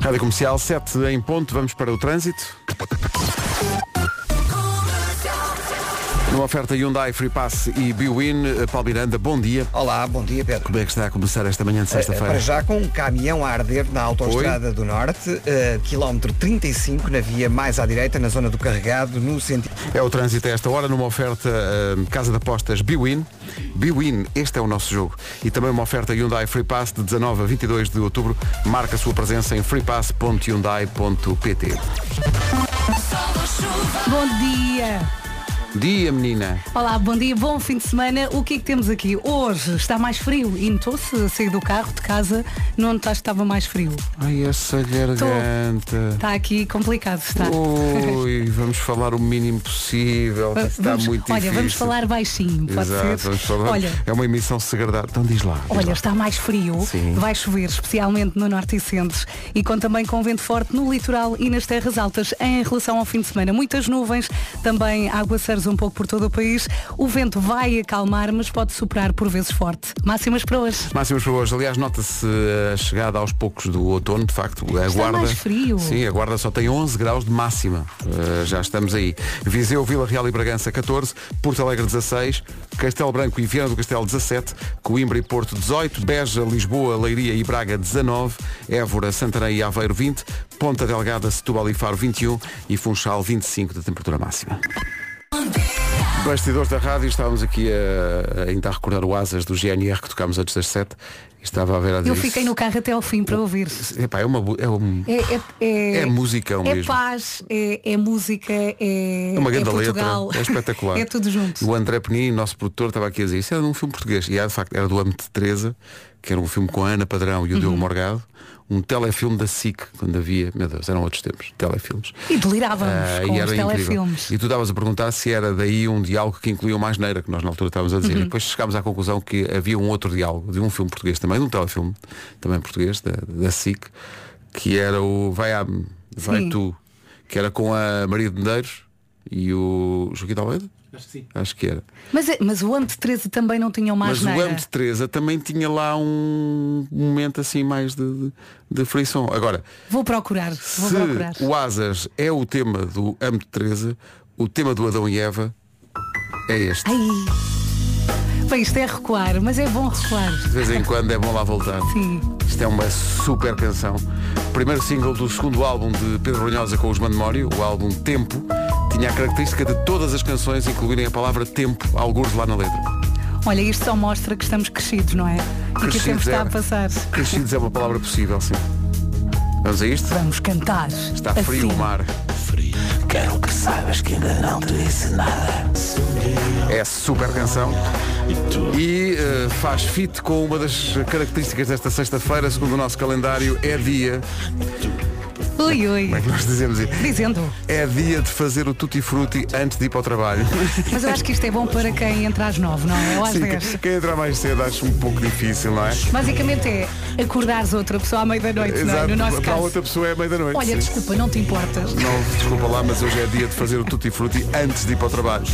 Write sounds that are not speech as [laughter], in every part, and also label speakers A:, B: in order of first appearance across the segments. A: Rádio Comercial 7 em ponto, vamos para o trânsito. Numa oferta Hyundai Free Pass e Biwin, Paulo Miranda, bom dia.
B: Olá, bom dia Pedro.
A: Como é que está a começar esta manhã de
B: Para
A: sexta-feira?
B: já com um caminhão a arder na autoestrada do Norte, eh, quilómetro 35, na via mais à direita, na zona do Carregado, no sentido...
A: É o trânsito a esta hora numa oferta eh, Casa de Apostas Biwin. Biwin, este é o nosso jogo. E também uma oferta Hyundai Free Pass de 19 a 22 de outubro. Marca a sua presença em freepass.hyundai.pt.
C: Bom dia!
A: Dia, menina.
C: Olá, bom dia, bom fim de semana. O que é que temos aqui? Hoje está mais frio e notou-se a sair do carro, de casa, não notaste que estava mais frio.
A: Ai, essa garganta.
C: Está aqui complicado, está.
A: Ui, vamos falar o mínimo possível.
C: Va-
A: Está
C: vamos-
A: muito
C: olha,
A: difícil.
C: vamos falar baixinho, pode
A: Exato,
C: ser?
A: vamos falar.
C: Olha,
A: É uma emissão segredada. Então diz lá. diz
C: Olha,
A: lá.
C: está mais frio,
A: Sim.
C: vai chover, especialmente no norte e centro, e com também com vento forte no litoral e nas terras altas em relação ao fim de semana. Muitas nuvens, também aguaceiros um pouco por todo o país. O vento vai acalmar, mas pode superar por vezes forte. Máximas para hoje.
A: Máximas para hoje. Aliás, nota-se a chegada aos poucos do outono, de facto. A
C: Está
A: guarda,
C: mais frio.
A: Sim, a guarda só tem 11 graus de máxima. Uh, já estamos aí. Viseu, Vila Real e Bragança 14, Porto Alegre 16, Castelo Branco e Viana do Castelo 17, Coimbra e Porto 18, Beja, Lisboa, Leiria e Braga 19, Évora, Santarém e Aveiro 20, Ponta Delgada, Setúbal e Faro 21 e Funchal 25 de temperatura máxima. Bastidores da rádio, estávamos aqui a, a ainda a recordar o Asas do GNR que tocámos antes das 7 e estava a ver a
C: Eu
A: dizer-
C: fiquei no carro até ao fim para ouvir.
A: Epá, é uma bu- é um-
C: É,
A: É musicão
C: é
A: mesmo.
C: paz, é, é música, é,
A: é uma grande
C: é Portugal.
A: letra, é espetacular.
C: [laughs] é tudo junto.
A: O André Penin, nosso produtor, estava aqui a dizer, isso era um filme português. E era de facto, era do Amo de Teresa, que era um filme com a Ana Padrão e o
C: Uhum.
A: Diogo Morgado, um telefilme da SIC, quando havia, meu Deus, eram outros tempos, telefilmes.
C: E delirávamos
A: Ah,
C: com
A: e
C: os
A: era incrível.
C: telefilmes.
A: E tu estavas a perguntar se era daí um diálogo que incluía uma asneira, que nós na altura estávamos a dizer.
C: Uhum.
A: E depois chegámos à conclusão que havia um outro diálogo de um filme português também, de um telefilme, também português, da, da SIC, que era o Vai à Vai
C: Sim.
A: Tu, que era com a Maria de Medeiros e o Joaquim de Almeida? Acho que sim. Acho que era.
C: Mas, mas o Amo de 13 também não tinham mais
A: Mas
C: nada.
A: o Amo de Teresa também tinha lá um momento assim mais de, de, de frição. Agora,
C: Vou procurar, vou
A: se
C: procurar.
A: o Asas é o tema do Amo de Teresa, o tema do Adão e Eva é este.
C: Ai. Bem, isto é recuar, mas é bom recuar.
A: De vez em quando é bom lá voltar.
C: Sim.
A: Isto é uma super canção. Primeiro single do segundo álbum de Pedro Brunhosa com os Mandemório, o álbum Tempo, tinha a característica de todas as canções incluírem a palavra tempo, alguns lá na letra.
C: Olha, isto só mostra que estamos crescidos, não é? E que o tempo
A: Crescidos é-
C: está a passar.
A: Crescidos é uma palavra possível, sim. Vamos a isto?
C: Vamos cantar.
A: Está frio o
C: assim.
A: mar. Quero que saibas que ainda não te disse nada. É super canção. E eh, faz fit com uma das características desta sexta-feira, segundo o nosso calendário, é dia,
C: Ui, ui.
A: como é que nós dizemos isso?
C: Dizendo.
A: É dia de fazer o tutti frutti antes de ir para o trabalho.
C: Mas eu acho que isto é bom para quem entra às nove, não é? Ou [laughs] às
A: Sim,
C: dez.
A: quem- quem entra mais cedo acho um pouco difícil, não é?
C: Basicamente é acordares outra pessoa à meia da noite, não é? No nosso
A: para a
C: caso.
A: outra pessoa é meia-noite.
C: Olha, desculpa, não te importas.
A: Não, desculpa lá, mas hoje é dia de fazer o tutti frutti antes de ir para o trabalho.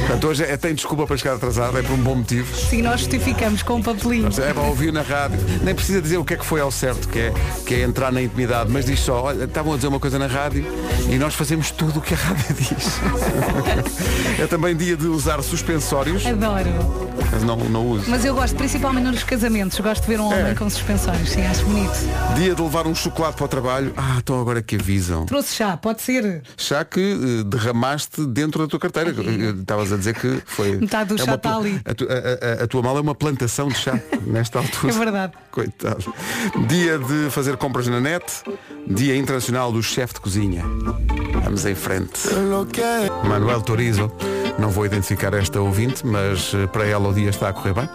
A: Portanto, hoje é, tem desculpa para chegar atrasado, é por um bom motivo.
C: Sim, Assim nós justificamos com um papelinho.
A: É para ouvir na rádio. Nem precisa dizer o que é que foi ao certo, que é, que é entrar na intimidade, mas diz só, olha, estavam a dizer uma coisa na rádio e nós fazemos tudo o que a rádio [laughs] diz. é também dia de usar suspensórios,
C: É. Adoro.
A: mas não, não uso.
C: Mas eu gosto, principalmente nos casamentos, gosto de ver um homem
A: É.
C: com suspensórios, sim, acho bonito.
A: Dia de levar um chocolate para o trabalho. Ah, então agora que avisam.
C: Trouxe chá, pode ser?
A: Chá que eh, derramaste dentro da tua carteira. Eh, Estavas a dizer que foi. é
C: [laughs] Metade do chá
A: uma
C: está
A: pla-
C: ali.
A: A, tu- a- a- a tua mala é uma plantação de
C: [laughs]
A: chá nesta altura.
C: É verdade.
A: Coitado. Dia de fazer compras na net, Dia Internacional do Chefe de Cozinha. Vamos em frente. Manuel Torizo, não vou identificar esta ouvinte, mas eh, para ela o dia está a correr bem.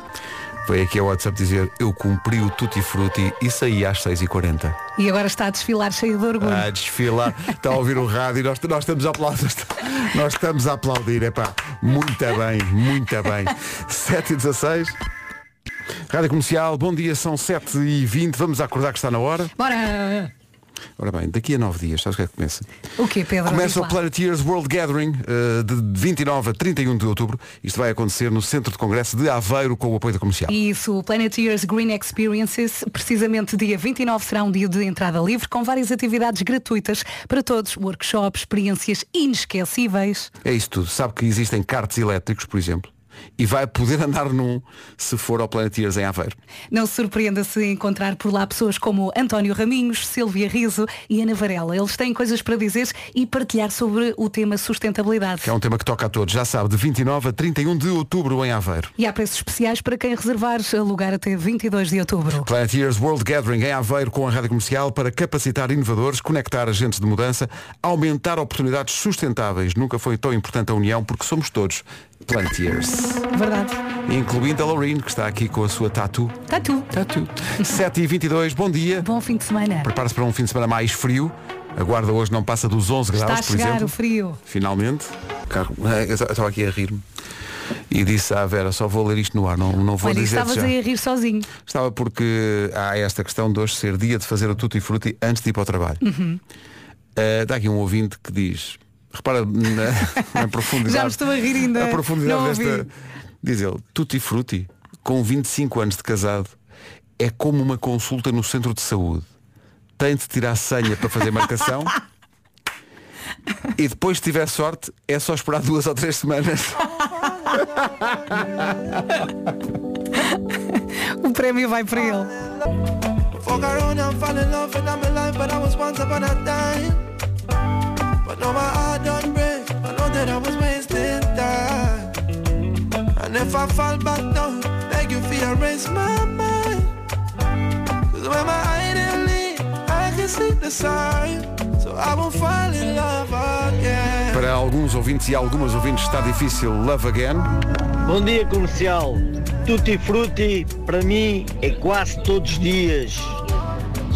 A: Veio aqui ao WhatsApp dizer eu cumpri o Tutti Frutti e saí às 6h40.
C: E agora está a desfilar cheio de orgulho.
A: A desfilar, está a ouvir o rádio, nós, nós estamos a aplaudir, nós estamos a aplaudir, epá, muito bem, muito bem. 7 e 16 Rádio Comercial, bom dia, são 7 e 20 vamos acordar que está na hora.
C: Bora!
A: Ora bem, daqui a nove dias, sabes o que é que começa?
C: O quê, Pedro? Diz
A: Começa o
C: lá.
A: Planeteers World Gathering eh, de 29 a 31 de outubro. Isto vai acontecer no Centro de Congresso de Aveiro com o apoio da comercial.
C: Isso, o Planeteers Green Experiences, precisamente dia 29 será um dia de entrada livre com várias atividades gratuitas para todos, workshops, experiências inesquecíveis.
A: É isso tudo. Sabe que existem karts elétricos, por exemplo, e vai poder [laughs] andar num se for ao Planeteers em Aveiro.
C: Não se surpreenda se encontrar por lá pessoas como António Raminhos, Silvia Riso e Ana Varela. Eles têm coisas para dizer e partilhar sobre o tema sustentabilidade.
A: Que é um tema que toca a todos. Já sabe, de 29 a 31 de outubro em Aveiro.
C: E há preços especiais para quem reservar lugar até 22 de outubro.
A: Planeteers World Gathering em Aveiro com a Rádio Comercial para capacitar inovadores, conectar agentes de mudança, aumentar oportunidades sustentáveis. Nunca foi tão importante a união porque somos todos Planeteers.
C: Verdade.
A: Incluindo a Loreen, que está aqui com a sua tatu.
C: Está tudo.
A: Tatu. 7h22, bom dia.
C: Bom fim de semana.
A: Prepare-se para um fim de semana mais frio. A guarda hoje não passa dos 11
C: Está
A: graus,
C: a
A: por
C: chegar
A: exemplo.
C: o frio.
A: Finalmente. Carro- [laughs] Eu estava aqui a rir-me. E disse à Vera, só vou ler isto no ar, não, não vou
C: Olha,
A: dizer
C: estavas
A: já.
C: aí a rir sozinho.
A: Estava porque há esta questão de hoje ser dia de fazer o tutti frutti antes de ir para o trabalho.
C: Uhum.
A: Uh, dá aqui um ouvinte que diz, repara
C: [laughs]
A: na, na profundidade.
C: Já me estou a rir ainda.
A: A profundidade
C: Não
A: desta.
C: ouvi.
A: Diz ele, tutti frutti, com 25 anos de casado, é como uma consulta no centro de saúde. Tem de tirar senha para fazer marcação. E depois, se tiver sorte, é só esperar duas ou três
C: [laughs]
A: semanas.
C: O prémio vai para ele.
D: Fuck around and fall in love and I'm alive, but I was once upon a time. But now my heart don't break. I know that I was wasting time. And if I fall back down, beg you for erase my mind. 'Cause when my idol leave, I can see the sign. So I won't fall in love again.
A: Para alguns ouvintes e algumas ouvintes está difícil Love Again.
E: Bom dia comercial. Tutti frutti para mim é quase todos os dias.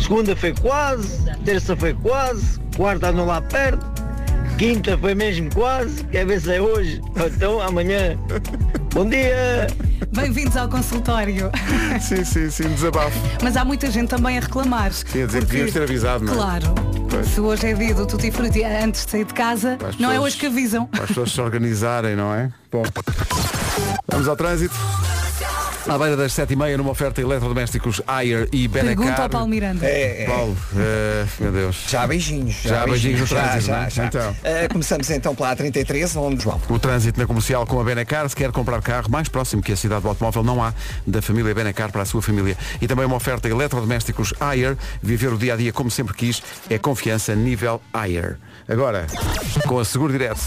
E: Segunda foi quase, terça foi quase, quarta andou lá perto, quinta foi mesmo quase, quer ver se é hoje ou então amanhã. Bom dia!
C: Bem-vindos ao consultório.
A: Sim, sim, sim, desabafo.
C: Mas há muita gente também a reclamar.
A: Sim, a dizer que devíamos ter avisado, não é?
C: Claro.
A: Pois.
C: Se hoje é dia do Tutti Frutti antes de sair de casa,
A: Para as
C: não é
A: pessoas-
C: hoje que avisam.
A: Para as pessoas se organizarem, não é? Bom. Vamos ao trânsito. À beira das 7h30, numa oferta eletrodomésticos Ayer e Benecar.
C: Pergunta ao Paulo Miranda.
B: É, é.
A: Paulo, eh, meu Deus.
B: Já há beijinhos.
A: Já há beijinhos no trânsito,
B: já,
A: não
B: já,
A: é?
B: já.
A: Então.
B: Eh, começamos então pela A33, onde João.
A: O trânsito na comercial com a Benecar, se quer comprar carro mais próximo que a cidade do automóvel, não há da família Benecar para a sua família. E também uma oferta eletrodomésticos Ayer, viver o dia a dia como sempre quis, é confiança nível Ayer. Agora, com a Seguro Direto.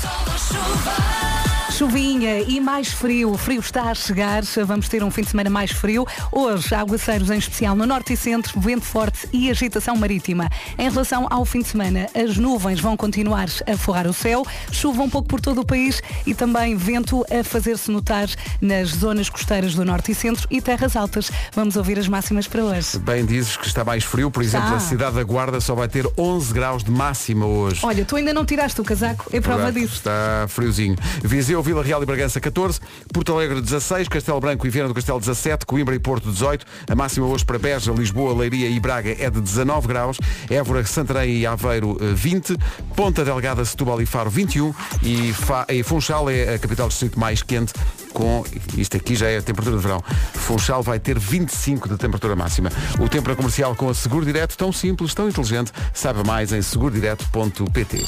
C: Chuvinha e mais frio. O frio está a chegar. Vamos ter um fim de semana mais frio. Hoje, aguaceiros em especial no norte e centro, vento forte e agitação marítima. Em relação ao fim de semana, as nuvens vão continuar a forrar o céu, chuva um pouco por todo o país e também vento a fazer-se notar nas zonas costeiras do norte e centro e terras altas. Vamos ouvir as máximas para hoje.
A: Bem dizes que está mais frio, por exemplo,
C: Está.
A: a cidade da Guarda só vai ter 11 graus de máxima hoje.
C: Olha, tu ainda não tiraste o casaco, é prova
A: Verdade,
C: disso.
A: Está friozinho. Viseu, Vila Real e Bragança 14, Porto Alegre 16, Castelo Branco e Viana do Castelo 17, Coimbra e Porto 18. A máxima hoje para Beja, Lisboa, Leiria e Braga é de 19 graus. Évora, Santarém e Aveiro eh, 20, Ponta Delgada, Setúbal e Faro 21 e, Fa e Funchal é a capital do distrito mais quente com, isto aqui já é a temperatura de verão, Funchal vai ter 25 de temperatura máxima. O tempo para comercial com a Seguro Direto, tão simples, tão inteligente, saiba mais em segurodireto.pt.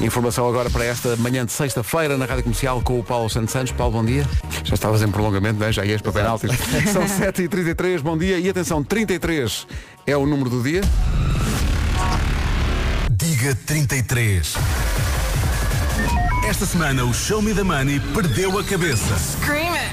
A: Informação agora para esta manhã de sexta-feira na Rádio Comercial com o Paulo Santos Santos. Paulo, bom dia. Já estavas em prolongamento, não é? já ias para penaltis. São 7h33, bom dia. E atenção, 33 é o número do dia.
F: Diga 33. Esta semana o Show Me the Money perdeu a cabeça.
G: Scream it.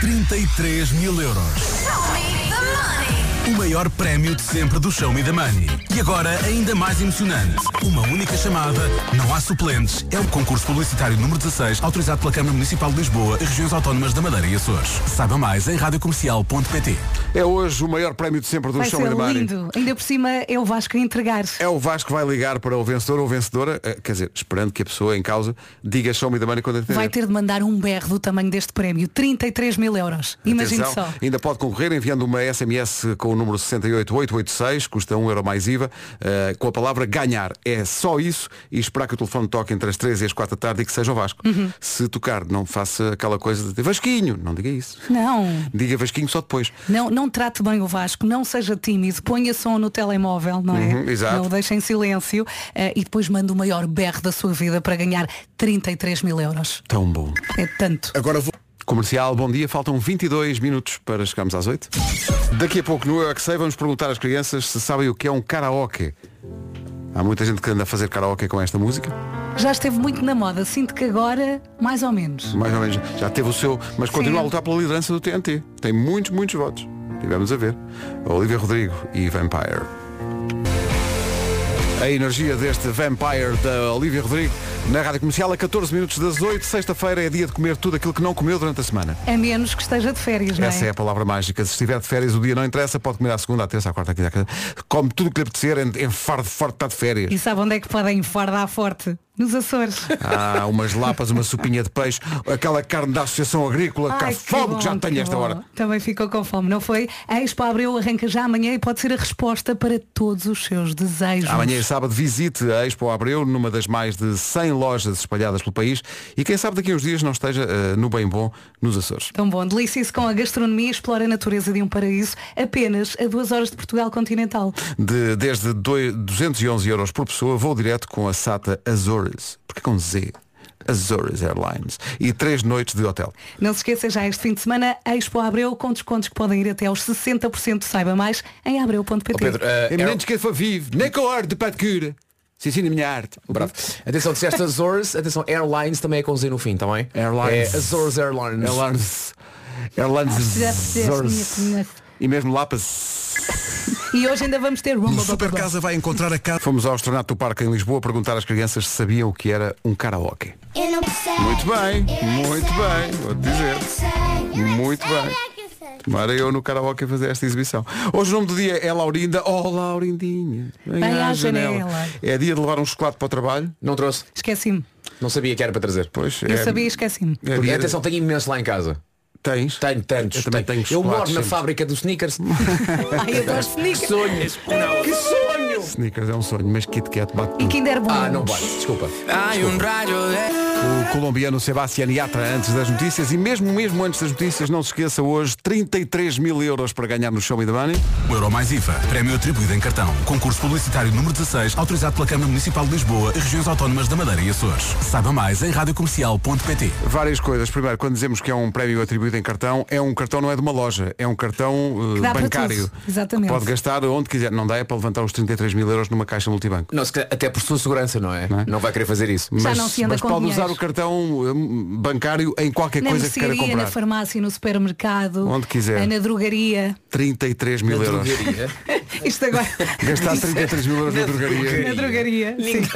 F: 33 mil euros.
G: Show me the money.
F: O maior prémio de sempre do Show Me the Money. E E agora, ainda mais emocionante. Uma única chamada, não há suplentes. É o concurso publicitário número 16, autorizado pela Câmara Municipal de Lisboa e regiões autónomas da Madeira e Açores. Saiba mais em radiocomercial.pt.
A: É hoje o maior prémio de sempre do
C: Vai
A: Show Me
C: ser
A: the Money.
C: lindo. Ainda por cima é o Vasco a entregar.
A: É o Vasco que vai ligar para o vencedor ou vencedora, eh, quer dizer, esperando que a pessoa em causa diga show me the money quando atender.
C: Vai ter de mandar um berro do tamanho deste prémio. 33 mil euros. Imagine
A: Atenção,
C: só.
A: Ainda pode concorrer enviando uma SMS com o número 68886, custa 1 euro mais IVA, eh, com a palavra ganhar. É só isso e esperar que o telefone toque entre as 3 e as 4 da tarde e que seja o Vasco. Se tocar, não faça aquela coisa de Vasquinho, não diga isso.
C: Não.
A: Diga Vasquinho só depois.
C: Não, não trate bem o Vasco, não seja tímido, ponha som no telemóvel, não é?
A: Uhum, exato.
C: Não o deixe em silêncio eh, e depois manda o maior berro da sua vida para ganhar 33 mil euros.
A: Tão bom.
C: É tanto.
G: Agora vou.
A: Comercial, bom dia. Faltam 22 minutos para chegarmos às 8. Daqui a pouco no Eu é que Sei vamos perguntar às crianças se sabem o que é um karaoke. Há muita gente que anda a fazer karaoke com esta música.
C: Já esteve muito na moda, sinto que agora, mais ou menos.
A: Mais ou menos, já teve o seu, mas continua a lutar pela liderança do TNT. Tem muitos, muitos votos. Tivemos a ver. Olivia Rodrigo e Vampire. A energia deste Vampire da Olivia Rodrigo na Rádio Comercial a 14 minutos das 8. Sexta-feira é dia de comer tudo aquilo que não comeu durante a semana.
C: A É menos que esteja de férias, não é?
A: Essa é a palavra mágica. Se estiver de férias, o dia não interessa, pode comer à segunda, à terça, à quarta, à quinta. à quinta. Come tudo o que lhe apetecer, en- enfarde forte, está de férias.
C: E sabe onde é que podem fardar forte? Nos Açores.
A: Há umas lapas, uma sopinha de peixe, aquela carne da Associação Agrícola, cá
C: Ai,
A: fome que já
C: bom,
A: tenho
C: que
A: esta
C: bom.
A: hora.
C: Também ficou com fome, não foi? A Expo Abreu arranca já amanhã e pode ser a resposta para todos os seus desejos.
A: Amanhã é- e sábado visite a Expo Abreu numa das mais de 100 lojas espalhadas pelo país e quem sabe daqui a uns dias não esteja eh, no bem bom nos Açores.
C: Tão bom. Delicie-se com a gastronomia e explora a natureza de um paraíso apenas a duas horas de Portugal continental.
A: De, desde doi- 211 euros por pessoa, vou direto com a SATA Azores, porque é com Z, Azores Airlines, e três noites de hotel.
C: Não se esqueça já este fim de semana, a Expo Abreu com descontos que podem ir até aos 60%, saiba mais, em abreu.pt.
G: Pedro, eh,
A: É menos que foi vivo, nem com a arte de paticura. Se ensina a minha arte.
G: Bravo. Atenção, disseste Azores, atenção, Airlines também é com Z no fim, está bem?
A: Airlines.
G: É Azores Airlines.
A: Airlines. Airlines
C: Já fizeste, minha
A: Azores.
C: senhora.
A: E mesmo Lapas.
C: E hoje ainda vamos ter
F: No
C: Rumba
F: Super
C: Bababá.
F: Casa vai encontrar a casa.
A: Fomos ao estornato do parque em Lisboa perguntar às crianças se sabiam o que era um karaoke.
H: Eu não sei.
A: Muito bem, muito bem, vou te dizer. Muito bem. Tomara eu no karaoke a fazer esta exibição. Hoje o nome do dia é Laurinda. Oh, Laurindinha. Vem
C: à janela.
A: É dia de levar um chocolate para o trabalho?
G: Não trouxe,
C: Esqueci-me.
G: não sabia que era para trazer.
A: Pois
C: Eu
A: é.
C: sabia e esqueci-me.
A: É dia de-
G: Atenção, tenho imenso lá em casa.
A: Tens?
G: Tenho tantos.
A: Eu também tenho
G: Eu
A: chocolates
G: moro na
A: sempre.
G: fábrica dos sneakers.
C: Ai, eu adoro
G: [laughs] Que
C: sneakers.
G: sonhos. Que sonhos.
A: Snickers é um sonho, mas Kit Kat bate
C: E
A: tudo.
C: Kinder Bueno.
G: Ah, não bate, desculpa.
A: O colombiano Sebastián Yatra antes das notícias e mesmo mesmo antes das notícias, não se esqueça hoje 33 mil euros para ganhar no Show Me the Money.
F: O Um Euro mais IVA. Prémio atribuído em cartão. Concurso publicitário número 16, autorizado pela Câmara Municipal de Lisboa e regiões autónomas da Madeira e Açores. Saiba mais em radiocomercial.pt.
A: Várias coisas. Primeiro, quando dizemos que é um prémio atribuído em cartão, é um cartão, não é de uma loja, é um cartão eh,
C: dá para
A: bancário.
C: tudo. Exatamente.
A: Que Pode gastar onde quiser. Não dá é para levantar os 33 mil euros numa caixa multibanco.
G: Não, se calhar, até por sua segurança, não é? Não, vai querer fazer isso.
C: Já
A: mas
C: não se anda
A: mas
C: com
A: pode
C: dinheiros.
A: usar o cartão eh, bancário em qualquer
C: Na
A: coisa que queira
C: mercearia, na
A: comprar.
C: farmácia, no supermercado. eh,
A: Onde quiser.
C: Na drogaria.
A: 33 mil euros.
G: [laughs] Drogaria.
C: Isto agora.
A: [laughs] Gastar
G: é-
A: um. 33 mil euros na
C: na
A: drogaria.
C: drogaria. Sim.
G: [laughs]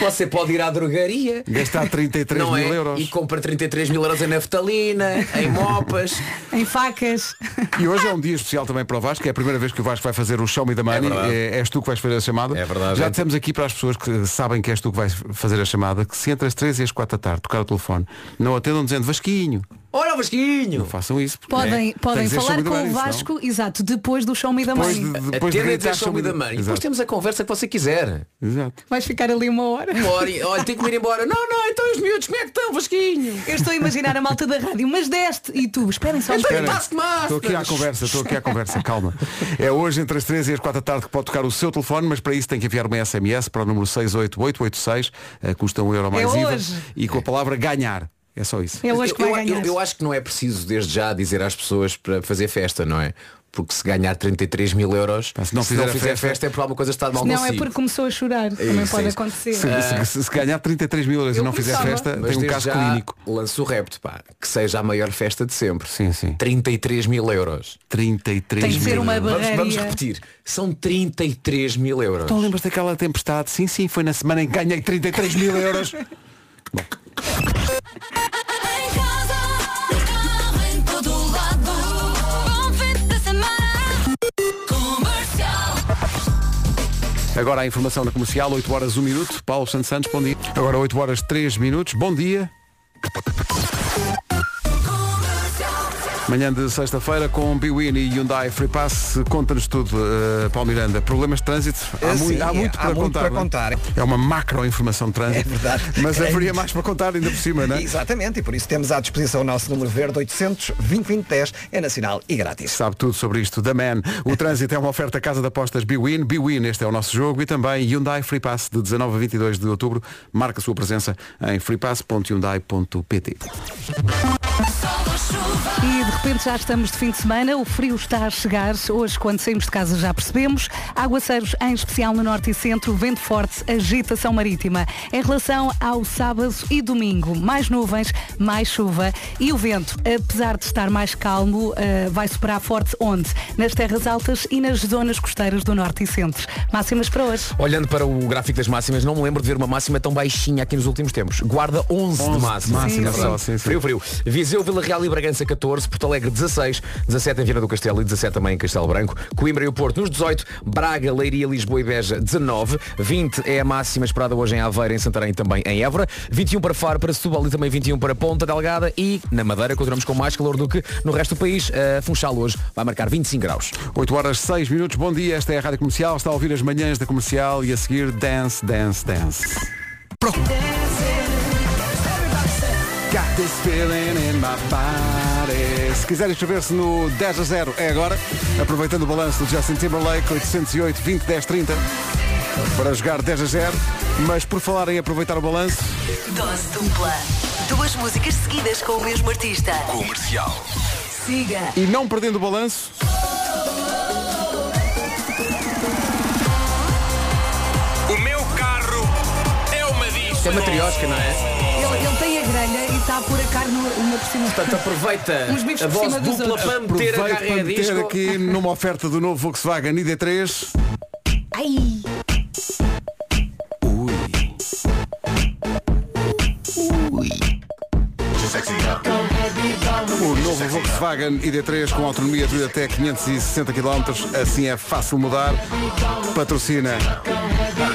G: Você pode ir à drogaria.
A: Gastar 33
G: não
A: mil
G: é?
A: euros.
G: E compra 33 mil euros em naftalina, em [laughs] mopas.
A: [laughs]
C: Em facas.
A: E hoje é um dia especial também para o Vasco, é a primeira vez que o Vasco vai fazer o Show Me the Money.
G: verdade.
A: É és tu que vais fazer a chamada.
G: É verdade,
A: Já
G: gente.
A: dissemos aqui para as pessoas que sabem que és tu que vais fazer a chamada, que se entre às 3 e às 4 da tarde, tocar o telefone, não atendam dizendo Vasquinho.
G: Olha o Vasquinho!
A: Não façam isso. porque,
C: Podem,
A: né, tem
C: podem
A: que ser Show
C: falar
A: Me the
C: com
A: Money,
C: o Vasco, exato, depois do show me da
A: Depois de- de-
C: mãe.
A: Depois
G: Depois Atenda
A: gritar,
G: a show me da mãe. E Depois
A: Exato.
G: temos a conversa que você quiser.
A: senão- Exato.
C: Vais ficar ali uma hora.
G: Uma hora e- Olha, tem que me ir embora. Não, não, então os miúdos, como é que estão, Vasquinho?
C: [laughs] Eu estou a imaginar a malta da rádio, mas deste e tu, esperem só. um
G: Então,
A: Espera,
G: passo de máscara.
A: Estou aqui à conversa, estou aqui à conversa, calma. É hoje entre as 3 e as 4 da tarde que pode tocar o seu telefone, mas para isso tem que enviar uma SMS para o número 68886, eh, custa um euro mais IVA,
C: É hoje.
A: e com a palavra ganhar. É só isso.
C: Eu hoje que
G: eu,
C: vai
G: eu-
C: ganhar.
G: eu acho que não é preciso desde já dizer às pessoas para fazer festa, não é?
I: Porque se ganhar 33 mil euros,
A: Pá,
I: se não fizer,
A: a
I: festa, é por alguma coisa que está de mal
C: Não, é
I: consigo.
C: porque começou a chorar. Também
I: isso,
C: pode
I: é isso.
C: acontecer.
A: Se, se- se ganhar 33 mil euros e
C: Eu
A: não fizer
C: começava.
A: festa,
I: Mas
A: tem um
I: desde
A: caso
I: já
A: clínico.
I: Lanço o repto, pá, que seja a maior festa de sempre.
A: Sim, sim.
I: 33 mil euros.
A: 33
C: Tem que ser
A: mil
C: um uma
A: euros.
I: Vamos, vamos
C: Barreira.
I: repetir. São 33 mil euros.
A: Então lembras daquela tempestade? Sim, sim, foi na semana em que ganhei 33 mil euros.
H: Em casa, no carro, em todo lado. Bom fim de semana. Comercial.
A: Agora a informação na comercial, 8 horas 1 minuto. Paulo Santos Santos, bom dia. Agora 8 horas 3 minutos, bom dia. Manhã de sexta-feira com Biwin e Hyundai Free Pass. Conta-nos tudo, eh, Paulo Miranda. Problemas de trânsito? Há,
G: Eh,
A: mui-
G: sim,
A: há muito
G: há
A: para
G: muito
A: contar.
G: para
A: não é?
G: contar.
A: É uma macro informação de trânsito.
G: É verdade.
A: Mas
G: Grande.
A: haveria mais para contar ainda por cima, não é?
G: Exatamente, e por isso temos à disposição o nosso número verde 800 2010 é nacional e grátis.
A: Sabe tudo sobre isto. Da Man. O trânsito é uma oferta Casa de Apostas Biwin. Biwin, este é o nosso jogo. E também Hyundai Free Pass de 19 a 22 de outubro. Marca a sua presença em freepass.hyundai.pt.
C: E de repente já estamos de fim de semana, o frio está a chegar. Hoje, quando saímos de casa, já percebemos. Aguaceiros, em especial no norte e centro, vento forte, agitação marítima. Em relação ao sábado e domingo, mais nuvens, mais chuva. E o vento, apesar de estar mais calmo, eh, vai superar forte onde? Nas terras altas e nas zonas costeiras do norte e centro. Máximas para hoje.
I: Olhando para o gráfico das máximas, não me lembro de ver uma máxima tão baixinha aqui nos últimos tempos. Guarda 11, de máxima. é
A: máxima Sim, só, sim. sim, sim.
I: Frio, frio. Viseu, Vila Real e Bragança 14, Porto Alegre 16, 17 em Viana do Castelo e 17 também em Castelo Branco, Coimbra e o Porto nos 18, Braga, Leiria, Lisboa e Beja 19, 20 é a máxima esperada hoje em Aveiro, em Santarém e também em Évora, 21 para Faro, para Setúbal e também 21 para Ponta Delgada e na Madeira continuamos com mais calor do que no resto do país. A Funchal hoje vai marcar 25 graus.
A: 8 horas 6 minutos, bom dia, esta é a Rádio Comercial, está a ouvir as manhãs da comercial e a seguir Dance, Dance, Dance. Pro- Got this feeling in my body. Se quiser inscrever-se no 10 a 0 é agora, aproveitando o balanço do Justin Timberlake, 808 20 10 30 para jogar 10 a 0, mas por falar em aproveitar o balanço,
J: Dose dupla. Duas músicas seguidas com o mesmo artista.
F: Comercial.
J: Siga.
A: E não perdendo o balanço.
I: É matriosca, não é?
C: Ele, tem a grelha e está a pôr a carne uma por cima.
I: Portanto, aproveita
C: [laughs] Uns bifes
I: a
C: por
I: voz
C: cima dos
I: dupla
C: outros.
I: para meter
A: Aproveito
I: a carreira
A: para meter
I: disco.
A: aqui
I: [laughs]
A: numa oferta do novo Volkswagen ID3. O novo Volkswagen ID3 com autonomia de até 560 km, assim é fácil mudar. Patrocina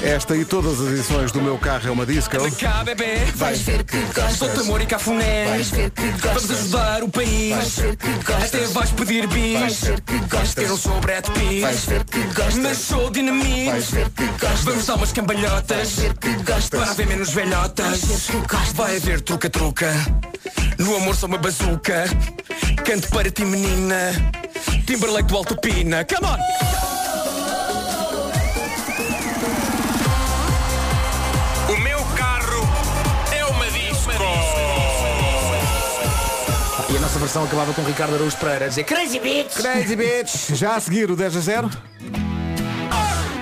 A: esta e todas as edições do meu carro é uma disco.
D: Cá, bebê, vais ver que gostas. Sou amor e cafuné. Vais ver que gostas. Vamos ajudar o país. Vais ver que gostas. Até vais pedir bis. Vais ver que gostas. Eu não sou Brad Pitt. Vais ver que gostas. Mas sou dinamite. Vais ver que gostas. Vamos dar umas cambalhotas. Vais ver que gostas. Para haver menos velhotas. Vais ver que gostas. Vai haver truca-truca. No amor sou uma bazuca. Canto para ti, menina. Timberlake do Alto Pina. Come on! O meu carro é uma disco.
I: E a nossa versão acabava com Ricardo Araújo Pereira a dizer Crazy Bitch!
A: Crazy bitch! Já a seguir o 10 a 0.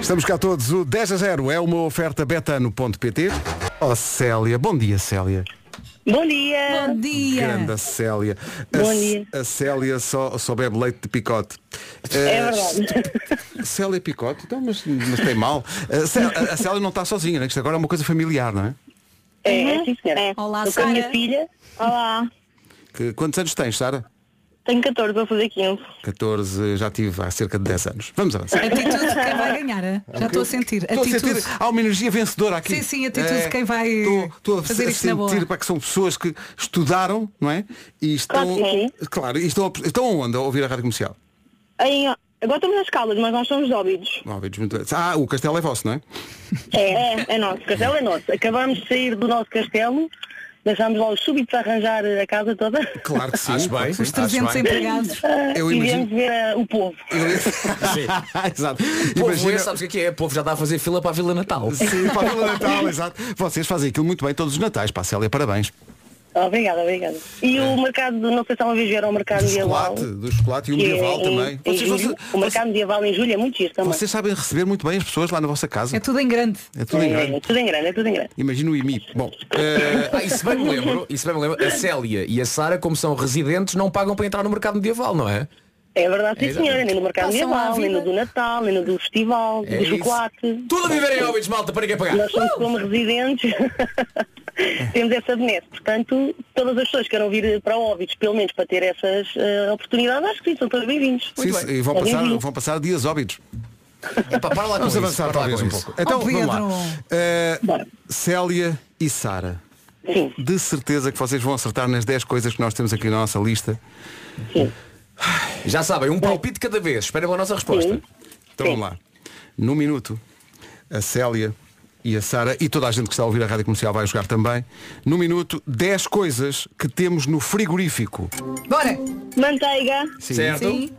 A: Estamos cá todos. O 10 a 0 é uma oferta betano.pt. Oh Célia, bom dia Célia.
K: Bom dia!
C: Bom dia!
A: Grande a Célia. A,
K: Bom
A: C-
K: dia.
A: a Célia só, só bebe leite de picote.
K: É
A: Eh,
K: verdade.
A: Célia Picote, então, mas, mas tem mal. A Célia, a Célia não está sozinha, né? isto agora é uma coisa familiar, não é?
K: É, é sim, senhora.
C: Olá,
K: Estou com a minha
C: Sara.
K: filha. Olá.
A: Que- quantos anos tens, Sara?
K: Tenho 14, vou fazer 15.
A: 14, já tive há cerca de 10 anos. Vamos avançar.
C: Atitude de quem vai ganhar, é? já estou a sentir.
A: Estou a
C: Atitude.
A: sentir, há uma energia vencedora aqui. É,
C: Sim, sim, atitude de quem vai
A: estou a
C: fazer
A: se-
C: isto na boa.
A: sentir para que são pessoas que estudaram, não é? E estão,
K: Claro que
A: claro, e estão, a- estão onde a ouvir a rádio comercial?
K: Em- agora estamos nas caldas, mas nós somos óbidos.
A: Não, ouvidos muito bem. Ah, o castelo é vosso, não é?
K: É, é, é nosso. O castelo é nosso. Acabamos de sair do nosso castelo, deixámos lá os súbitos a arranjar a casa toda.
C: [laughs]
A: Claro que sim.
I: Acho
A: claro que sim.
I: bem.
C: Os
K: [laughs]
C: 300 empregados.
A: Eu
K: e
A: imagino-
K: viemos ver ah, o povo.
A: [laughs] Exato.
I: Povo
A: Imagina-
I: esse, sabes o que é? O povo já está a fazer fila para a Vila Natal.
A: Sim, para a Vila Natal, exato. Vocês fazem aquilo muito bem todos os natais. Pá, Célia, parabéns.
I: Obrigada, obrigada. E o mercado, de- não sei se uma vez vieram ao mercado
A: Do
I: medieval.
A: É. chocolate, do chocolate e o
I: que é
A: medieval
I: em-
A: também.
I: em
A: Vocês,
I: julho.
A: vocês-
I: o mercado medieval em julho é muito giro também.
A: vocês sabem receber muito bem as pessoas lá na vossa casa.
C: É tudo em grande.
A: É tudo em grande.
I: É, tudo em grande, é tudo em grande.
A: Imagina o IMI. Bom,
G: Eh, ah, isso bem me lembro, isso bem me lembro. A Célia e a Sara, como são residentes, não pagam para entrar no mercado medieval, não é?
I: É verdade,
G: É
I: sim,
G: verdade.
I: senhora. Nem no mercado
G: Passam à
I: medieval, nem
G: vida.
I: no do Natal, nem no do festival,
G: É
I: do
G: isso. Uh!
I: chocolate.
G: Tudo a viver em óbitos, malta, para ninguém pagar.
I: Nós somos como
G: [laughs]
I: residentes, temos essa benesse. Portanto, todas as pessoas que queiram vir para Óbidos, pelo menos para ter essas eh, oportunidades, acho que sim, são todos bem-vindos.
A: sim, sim, e vão
I: São
A: passar,
I: bem-vindos.
A: vão passar dias óbitos.
G: para lá com
A: Vamos
G: isso,
A: avançar
G: para lá
A: talvez
G: com
A: um
G: isso.
A: pouco. Então,
G: Oh,
A: vamos lá.
G: Pedro.
A: Eh, Célia e Sara. De certeza que vocês vão acertar nas 10 coisas que nós temos aqui na nossa lista.
G: Já sabem, um palpite cada vez. Esperem pela nossa resposta.
A: Então vamos lá. No minuto, a Célia e a Sara e toda a gente que está a ouvir a rádio comercial vai jogar também. No minuto, 10 coisas que temos no frigorífico.
I: Bora! Manteiga,
A: Sim. Certo. Sim.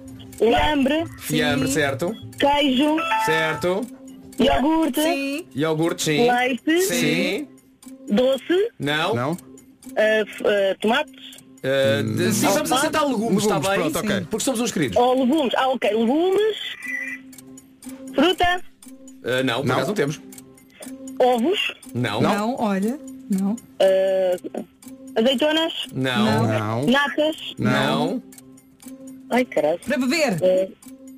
I: lambre,
G: Fiambre, certo?
I: queijo,
G: Certo.
I: iogurte,
G: Iogurte, sim.
I: Leite.
G: Sim.
I: doce,
G: Não.
A: Não.
I: eh, f- eh, tomate,
G: Eh, de- sim, estamos a aceitar legumes, está bem?
I: pronto, ok.
G: Porque somos uns queridos.
I: ou legumes. Ah, ok, legumes, fruta,
G: Eh, não, por acaso não temos.
I: ovos,
G: Não.
I: olha, não. ah, azeitonas,
G: Não. Não.
I: natas,
G: Não.
I: Ai, caralho. Para beber.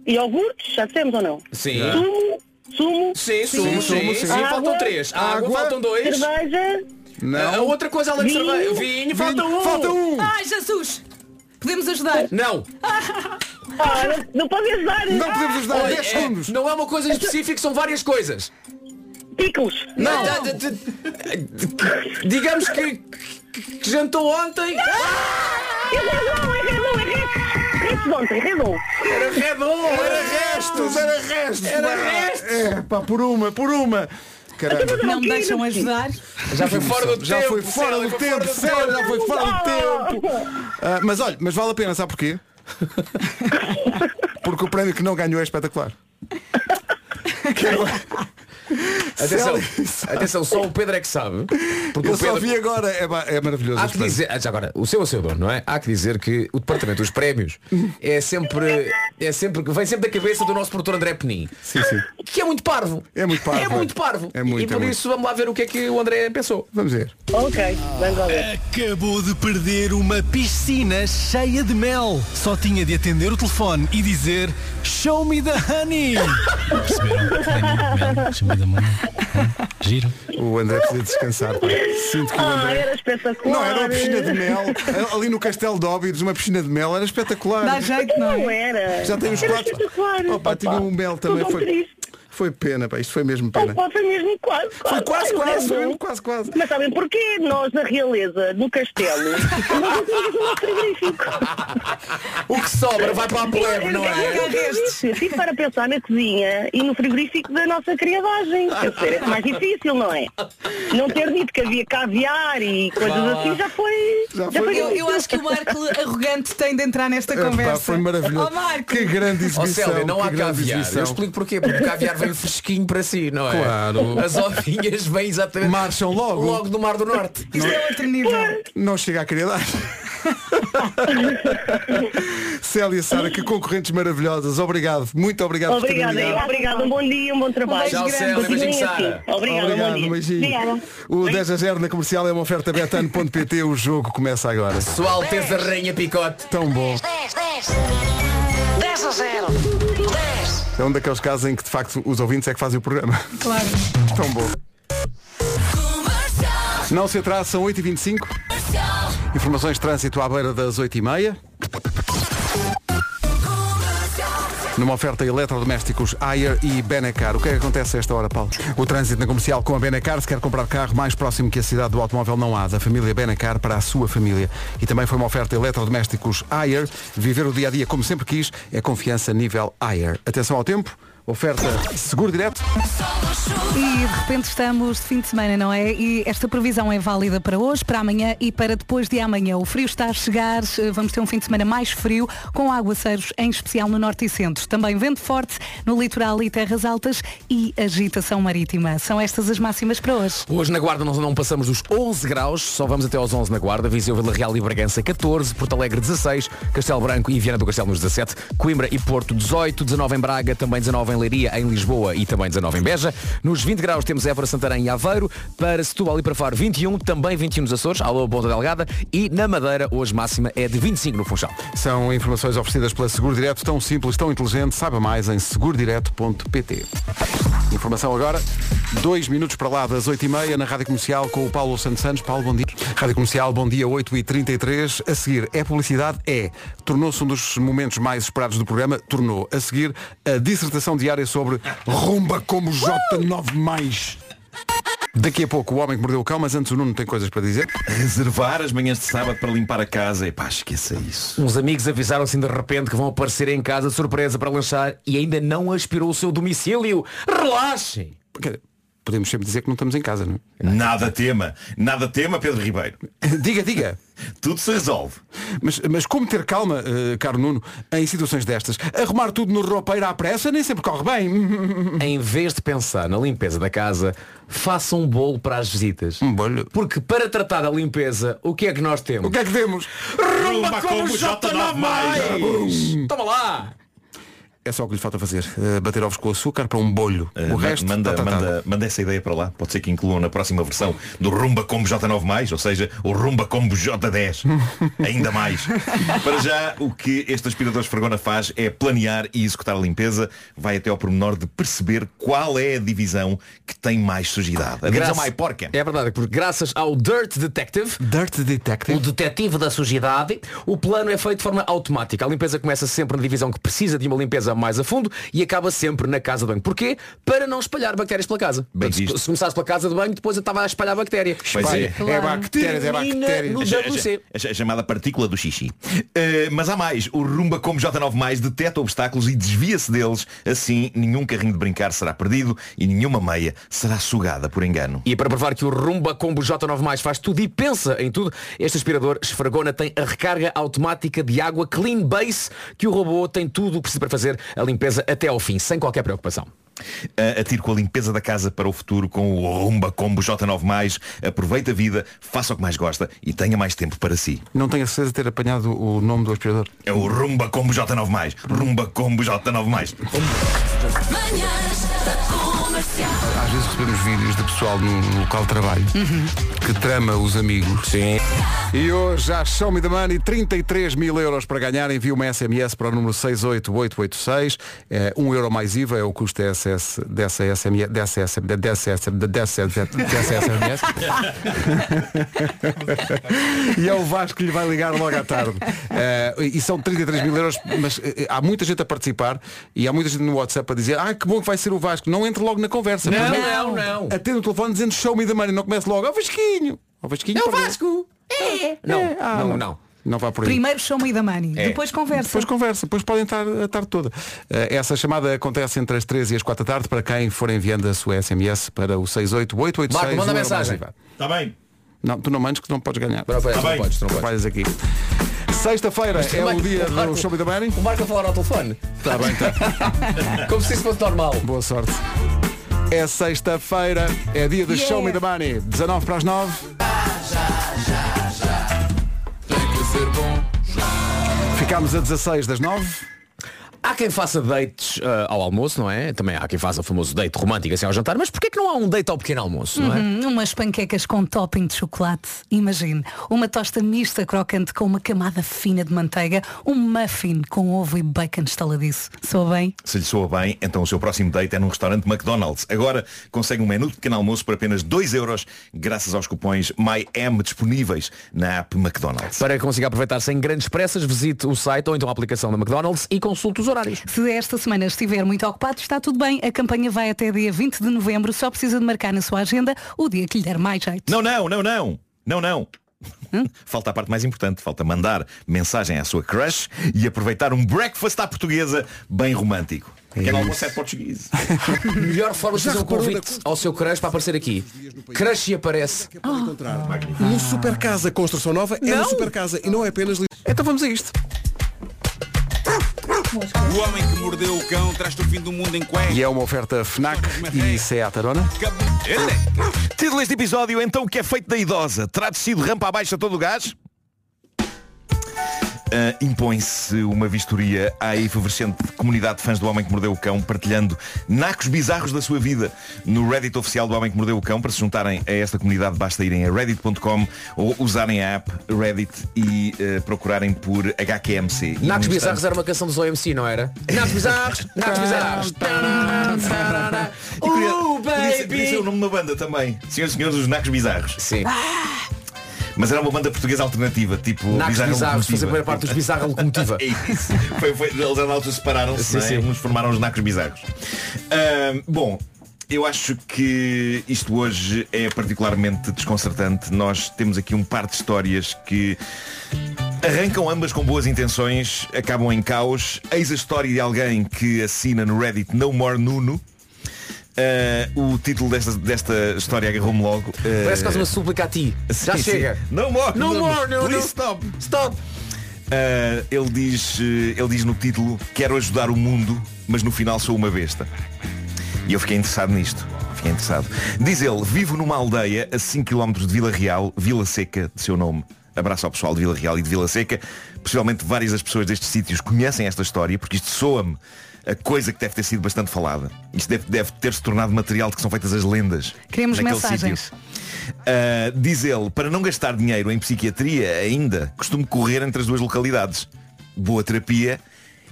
I: iogurtes, já dissemos ou não?
G: Sim.
I: Sumo. Sumo.
G: Sim, sumo, sim. Sim, faltam três. Água, faltam dois.
I: Cerveja.
G: A outra coisa além de
C: Vinho.
G: cerveja. Vinho, falta
C: Vinho.
G: um.
C: Falta um. Ai, Jesus! Podemos ajudar?
G: Não.
I: Ah, não pode ajudar.
G: Não podemos
I: ajudar.
G: Olha,
I: Dez
G: é-
I: segundos.
G: não é uma coisa em específico, são várias coisas.
I: Ah, Picos.
G: Não.
I: Não.
G: D- d- d- Digamos que, que- que jantou ontem.
I: é Restos ontem, redom.
G: Era redom,
A: era restos, era restos.
I: Era
A: pá.
I: restos.
A: É, pá, por uma, por uma. Caramba.
C: Não me deixam ajudar.
A: Já foi fora do já tempo, foi fora do tempo, Célia, já Ah, foi fora do tempo. Ah, mas olha, mas vale a pena, sabe porquê? [laughs] Porque o prémio que não ganhou é espetacular. é
G: Atenção, atenção, só o Pedro é que sabe. Porque
A: Eu
G: o Pedro...
A: só vi agora, é, ma- é maravilhoso.
G: Há
A: este
G: que
A: prémio.
G: dizer, ah, já agora, o seu é o seu dono, não é? Há que dizer que o departamento dos prémios é sempre, é sempre, vem sempre da cabeça do nosso produtor André Penin.
A: Sim, sim.
G: Que é muito parvo.
A: É muito parvo.
G: É muito parvo.
A: É muito,
G: e por
A: é muito.
G: isso vamos lá ver o que é que o André pensou.
A: Vamos ver.
I: Ok, vamos lá
F: ver. Acabou de perder uma piscina cheia de mel. Só tinha de atender o telefone e dizer Show me the honey! Perceberam? Show me the money. Giro.
A: O André precisa descansar. pá. Sinto que o
I: Ah,
A: André.
I: era espetacular.
A: Não, era uma piscina de mel. Ali no Castelo de Óbidos, uma piscina de mel, era espetacular.
I: Não era.
A: é? Já tem os
I: Era tipo
A: quatro.
I: espetacular.
A: Opa, tinha um mel também.
I: Estou tão
A: Foi,
I: triste.
A: foi pena, pá. Isto foi mesmo pena.
I: Opa, foi mesmo quase, quase.
A: quase,
I: Ai,
A: quase,
I: Deus.
A: mesmo, quase, quase.
I: Mas sabem porquê nós, na realeza,
A: [laughs]
I: no castelo, nós não temos o nosso frigorífico?
G: O que sobra vai para a plebe, não é?
I: Eu Fico para pensar na cozinha e no frigorífico da nossa criadagem. Quer dizer, é mais difícil, não é? Não ter dito que havia caviar e coisas
A: Vá lá.
I: assim já foi. Já foi.
C: Eu, eu acho que o Marco arrogante tem de entrar nesta
A: Epá,
C: conversa.
A: É, foi maravilhoso.
C: Oh, Marco.
A: Que grande
G: Ó
A: exibição.
G: Célia, não
A: que
G: há
A: grande
G: caviar.
A: exibição.
G: Eu explico porquê. Porque o caviar vem fresquinho para si, não é?
A: Claro.
G: As ovinhas vêm exatamente.
A: Marcham logo.
G: Logo do Mar do Norte.
C: Isto é outro nível.
A: Não chega à criadagem. [laughs] Célia e Sara, que concorrentes maravilhosas. Obrigado. Muito obrigado por
I: Obrigada,
A: terem ligado.
I: obrigada. Um bom dia, um bom trabalho.
A: Tchau, Célia,
I: Continuem
A: beijinho,
I: assim.
A: Sara.
I: Obrigada, um bom
A: Obrigado,
I: dia.
A: um beijinho.
I: Obrigada.
A: O 10 a 0 na comercial é uma oferta betano.pt. O jogo começa agora.
G: Sua Alteza Rainha Picote.
A: Tão bom.
H: 10, 10. 10 a 0. 10.
A: É um daqueles casos em que de facto os ouvintes é que fazem o programa. [laughs]
C: Claro.
A: Tão bom. Não se atrasa, são 8h25. Informações de trânsito à beira das 8h30. Numa oferta eletrodomésticos Ayer e Benacar. O que é que acontece a esta hora, Paulo? O trânsito na comercial com a Benacar. Se quer comprar carro mais próximo que a cidade do automóvel, não há. Da família Benacar para a sua família. E também foi uma oferta eletrodomésticos Ayer. Viver o dia a dia como sempre quis é confiança nível Ayer. Atenção ao tempo. Oferta Seguro Direto.
C: E de repente estamos de fim de semana, não é? E esta previsão é válida para hoje, para amanhã e para depois de amanhã. O frio está a chegar, eh, vamos ter um fim de semana mais frio, com aguaceiros, em especial no norte e centro. Também vento forte no litoral e terras altas e agitação marítima. São estas as máximas para hoje.
G: Hoje na Guarda nós não passamos dos 11 graus, só vamos até aos 11 na Guarda. Viseu, Vila Real e Bragança 14, Porto Alegre 16, Castelo Branco e Viana do Castelo nos 17, Coimbra e Porto 18, 19 em Braga, também 19 em Leiria, em Lisboa e também 19 em Beja. Nos 20 graus temos Évora, Santarém e Aveiro, para Setúbal e para Faro 21, também 21 nos Açores, alô Ponta Delgada e na Madeira hoje máxima é de 25 no Funchal.
A: São informações oferecidas pela Seguro Direto, tão simples, tão inteligente. Saiba mais em segurodireto.pt. Informação agora, dois minutos para lá das 8h30 na Rádio Comercial com o Paulo Santos Santos. Paulo, bom dia. Rádio Comercial, bom dia, 8h33. A seguir, é publicidade? É. Tornou-se um dos momentos mais esperados do programa? Tornou. A seguir, a dissertação diária sobre rumba como J9+. Daqui a pouco, o homem que mordeu o cão, mas antes o Nuno tem coisas para dizer.
I: Reservar as manhãs de sábado para limpar a casa. Epá, esqueça isso.
G: Uns amigos avisaram assim de repente que vão aparecer em casa de surpresa para lanchar e ainda não aspirou o seu domicílio. Relaxem!
A: Podemos sempre dizer que não estamos em casa, não é? [laughs]
I: Nada tema. Nada tema, Pedro Ribeiro.
A: diga, diga.
I: Tudo se resolve.
A: Mas, mas como ter calma, eh, caro Nuno, em situações destas? Arrumar tudo no roupeiro à pressa nem sempre corre bem.
G: Em vez de pensar na limpeza da casa, faça um bolo para as visitas.
A: Um bolo?
G: Porque para tratar da limpeza, o que é que nós temos? Hum. O que
A: é que temos?
G: Rumba como J9+. mais. Toma lá!
A: É só o que lhe falta fazer. eh, bater ovos com açúcar para um bolho.
I: Eh,
A: o
I: ma-
A: resto...
I: manda,
A: tá, tá, tá.
I: Manda, manda essa ideia para lá. Pode ser que incluam na próxima versão do Rumba Combo J9, ou seja, o Rumba Combo
A: [laughs]
I: J10. Ainda mais. para já, o que este aspirador esfregona faz é planear e executar a limpeza. Vai até ao pormenor de perceber qual é a divisão que tem mais sujidade. A divisão mais porca.
G: É verdade, porque graças ao Dirt Detective,
A: Dirt Detective,
G: o detetive da sujidade, o plano é feito de forma automática. A limpeza começa sempre na divisão que precisa de uma limpeza mais a fundo e acaba sempre na casa de banho. Porquê? Para não espalhar bactérias pela casa. Portanto, se- se começasse pela casa de banho, depois eu estava a espalhar bactéria.
I: Pois é.
G: Termina No
I: A- a-
G: WC.
I: a- a É chamada partícula do xixi. Eh, mas há mais. O Rumba como J9+, detecta obstáculos e desvia-se deles. Assim, nenhum carrinho de brincar será perdido e nenhuma meia será sugada por engano.
G: E para provar que o Rumba Combo J9+, faz tudo e pensa em tudo, este aspirador esfragona tem a recarga automática de água Clean Base, que o robô tem tudo o que precisa para fazer a limpeza até ao fim, sem qualquer preocupação.
I: A- Atire com a limpeza da casa para o futuro com o Rumba Combo J9+. Aproveite a vida, faça o que mais gosta e tenha mais tempo para si.
A: Não tenho a certeza de ter apanhado o nome do aspirador.
I: É o Rumba Combo J9+. Rumba Combo J9+.
A: Às vezes recebemos vídeos de pessoal no, no local de trabalho que trama os amigos.
G: Sim.
A: E hoje já show me the money, 33 mil euros para ganhar. Envie uma SMS para o número 68886. É, um euro mais IVA é o custo dessa SS, dessa SMS. Dessa SMS. Dessa SMS. Dessa SMS. e é o Vasco que lhe vai ligar logo à tarde. Eh, e são 33 mil euros, mas eh, há muita gente a participar e há muita gente no WhatsApp a dizer, ah, que bom que vai ser o Vasco. Não entre logo na conversa.
G: Não,
A: Primeiro,
G: não, não.
A: Atende o telefone dizendo show me the money, não comece logo, ó Vasquinho. Ó Vasquinho.
C: É o
A: perdeu."
C: Vasco! É!
A: É, ah,
G: não,
A: não,
G: não.
A: Não vá por aí.
C: Primeiro show me da money,
A: É.
C: depois conversa.
A: Depois conversa, depois podem estar a tarde toda. Eh, Essa chamada acontece entre as 13 e as 4 da tarde para quem for enviando a sua SMS para o 68886.
I: Marco, manda
A: um euro mais
I: mensagem.
A: IVA.
D: Tá
I: Está bem?
A: Não, tu não mandes que tu não podes ganhar.
I: Não, pois, Tá não bem. podes, não
A: Trabalhas aqui. Sexta-feira
G: Mas
A: é
G: também, Tá
A: o dia
G: o Marco-
A: do Show Me the Money.
G: O Marco a falar ao telefone.
A: Está bem, está.
G: Como se isso fosse normal.
A: [laughs] Boa sorte. É sexta-feira, é dia do
G: Yeah.
A: Show Me the Money. 19 para as 9. Ficámos a 16 das 9.
G: Há quem faça dates ah, ao almoço, não é? Também há quem faça o famoso date romântico assim ao jantar, mas porquê que não há um date ao pequeno almoço, não é?
C: Uhum, umas panquecas com topping de chocolate, imagine. Uma tosta mista crocante com uma camada fina de manteiga, um muffin com ovo e bacon estaladiço. Sou bem?
I: Se lhe soa bem, então o seu próximo date é num restaurante McDonald's. Agora consegue um menu de pequeno almoço por apenas 2 euros, graças aos cupons MyM disponíveis na app McDonald's.
G: Para que consiga aproveitar sem grandes pressas, visite o site ou então a aplicação da McDonald's e consulte os horários.
C: Se esta semana estiver muito ocupado, está tudo bem. A campanha vai até dia 20 de novembro. Só precisa de marcar na sua agenda o dia que lhe der mais jeito.
I: Não, não, não, não. Não, não. [laughs] Falta a parte mais importante, falta mandar mensagem à sua crush e aproveitar um breakfast à portuguesa bem romântico. Que é um almoço é português.
G: Melhor forma de
I: Já
G: fazer um
I: reparou na
G: convite ao seu crush para aparecer aqui. Crush e aparece.
I: Uhum.
L: No Super Casa Construção Nova é
G: Não.
L: no Super Casa e não é apenas li-
A: Então vamos a isto.
M: O homem que mordeu o cão traz-te o fim do mundo em cuecas.
A: E é uma oferta FNAC e é Seat Arona.
I: Título deste episódio, então, o que é feito da idosa? Terá descido rampa abaixo a todo o gás? Ah, Impõe-se uma vistoria à efervescente comunidade de fãs do Homem que Mordeu o Cão, partilhando nacos bizarros da sua vida no Reddit oficial do Homem que Mordeu o Cão. Para se juntarem a esta comunidade, basta irem a reddit.com ou usarem a app Reddit e ah, procurarem por HQMC. E,
G: Nacos
I: no
G: Bizarros
I: instante-
G: era uma canção dos OMC, não era? Nacos Bizarros,
I: [laughs]
G: Nacos Bizarros.
I: Uh, baby! Podia ser o nome da banda também. Senhoras e senhores, os Nacos Bizarros.
G: Sim.
I: Mas era uma banda portuguesa alternativa, tipo
G: Nacos
I: Bizarra
G: Bizarros,
I: Locomotiva.
G: fazer parte dos Bizarra
I: [laughs]
G: Locomotiva.
I: É isso. Foi, foi, eles na altura separaram-se,
G: Sim,
I: não é?
G: sim.
I: uns formaram os Nacos Bizarros. Ahm, bom, eu acho que isto hoje é particularmente desconcertante. Nós temos aqui um par de histórias que Arrancam ambas com boas intenções, acabam em caos. Eis a história de alguém que assina no Reddit No More Nuno. Ah, o título desta, desta história agarrou-me logo. Ah,
G: Parece quase uma súplica a ti.
I: Sim,
G: Já
I: sim.
G: chega.
I: No more,
G: No
I: Nuno.
G: more, Nuno.
I: Please stop.
G: Stop.
I: ah, ele, diz, eh, ele diz no título Quero ajudar o mundo, mas no final sou uma besta. E eu fiquei interessado nisto. Fiquei interessado. Diz ele, vivo numa aldeia a 5 km de Vila Real, Vila Seca, de seu nome. Abraço ao pessoal de Vila Real e de Vila Seca. Possivelmente várias das pessoas destes sítios conhecem esta história, porque isto soa-me a coisa que deve ter sido bastante falada. Isto deve, deve ter-se tornado material de que são feitas as lendas.
C: Queremos
I: naquele
C: mensagens.
I: sítio. Uh, diz ele, para não gastar dinheiro em psiquiatria ainda, costumo correr entre as duas localidades. Boa terapia,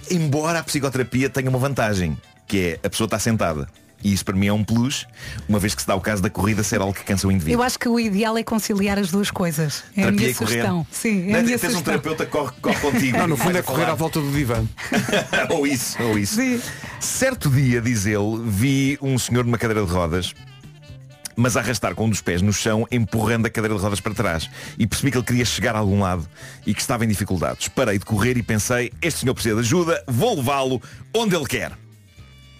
I: embora a psicoterapia tenha uma vantagem, que é a pessoa está sentada. E isso para mim é um plus, uma vez que se dá o caso da corrida ser algo que cansa o indivíduo.
C: Eu acho que o ideal é conciliar as duas coisas. É a
I: Terapia
C: minha
I: e correr.
C: sugestão. Sim, é
I: Não
C: a
I: é?
C: minha
I: Tens um
C: sugestão.
I: terapeuta que corre, corre contigo.
A: Não, no fundo
I: Vai-te
A: é correr
I: falar.
A: à volta do divã.
I: [laughs] ou isso, ou isso. Certo dia, diz ele, vi um senhor numa cadeira de rodas, mas a arrastar com um dos pés no chão, empurrando a cadeira de rodas para trás. E percebi que ele queria chegar a algum lado e que estava em dificuldades. Parei de correr e pensei, este senhor precisa de ajuda, vou levá-lo onde ele quer.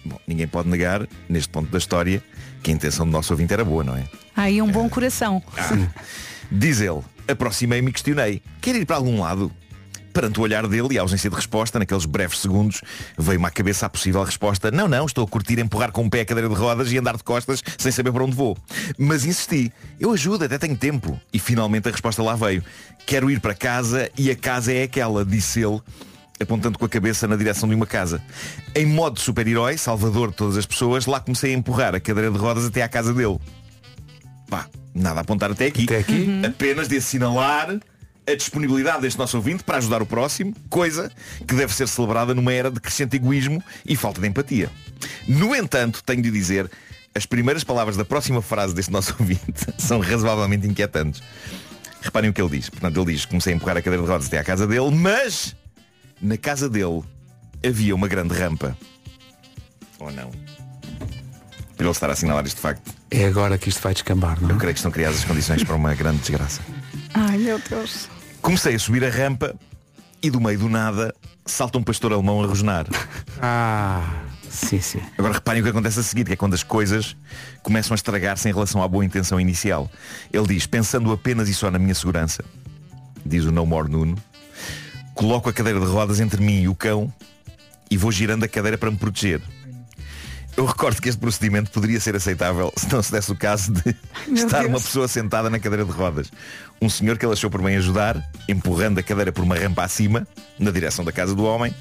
I: Bom, ninguém pode negar, neste ponto da história, que a intenção do nosso ouvinte era boa, não é?
C: Há Aí um bom coração.
I: Ah. Diz ele, aproximei-me e questionei, quer ir para algum lado? Perante o olhar dele e a ausência de resposta, naqueles breves segundos, veio-me à cabeça a possível resposta, não, não, estou a curtir empurrar com o pé a cadeira de rodas e andar de costas sem saber para onde vou. Mas insisti, eu ajudo, até tenho tempo. E finalmente a resposta lá veio, quero ir para casa e a casa é aquela, disse ele, apontando com a cabeça na direção de uma casa. Em modo super-herói, salvador de todas as pessoas, lá comecei a empurrar a cadeira de rodas até à casa dele pá, nada a apontar até aqui. Apenas de assinalar a disponibilidade deste nosso ouvinte para ajudar o próximo, coisa que deve ser celebrada numa era de crescente egoísmo e falta de empatia. No entanto, tenho de dizer, as primeiras palavras da próxima frase deste nosso ouvinte são razoavelmente inquietantes. Reparem o que ele diz. Portanto, ele diz, comecei a empurrar a cadeira de rodas até à casa dele, mas na casa dele havia uma grande rampa. Ou não? Para ele estar a assinalar este facto.
A: É agora que isto vai descambar, não é?
I: Eu creio que estão criadas as condições para uma grande desgraça.
C: Ai, meu Deus.
I: Comecei a subir a rampa e do meio do nada salta um pastor alemão a rosnar.
A: Ah, sim, sim.
I: Agora reparem o que acontece a seguir, que é quando as coisas começam a estragar-se em relação à boa intenção inicial. Ele diz, pensando apenas e só na minha segurança, diz o No More Nuno, coloco a cadeira de rodas entre mim e o cão e vou girando a cadeira para me proteger. Eu recordo que este procedimento poderia ser aceitável se não se desse o caso de
N: meu
I: estar
N: Deus.
I: uma pessoa sentada na cadeira de rodas. Um senhor que ele achou por bem ajudar, empurrando a cadeira por uma rampa acima, na direção da casa do homem.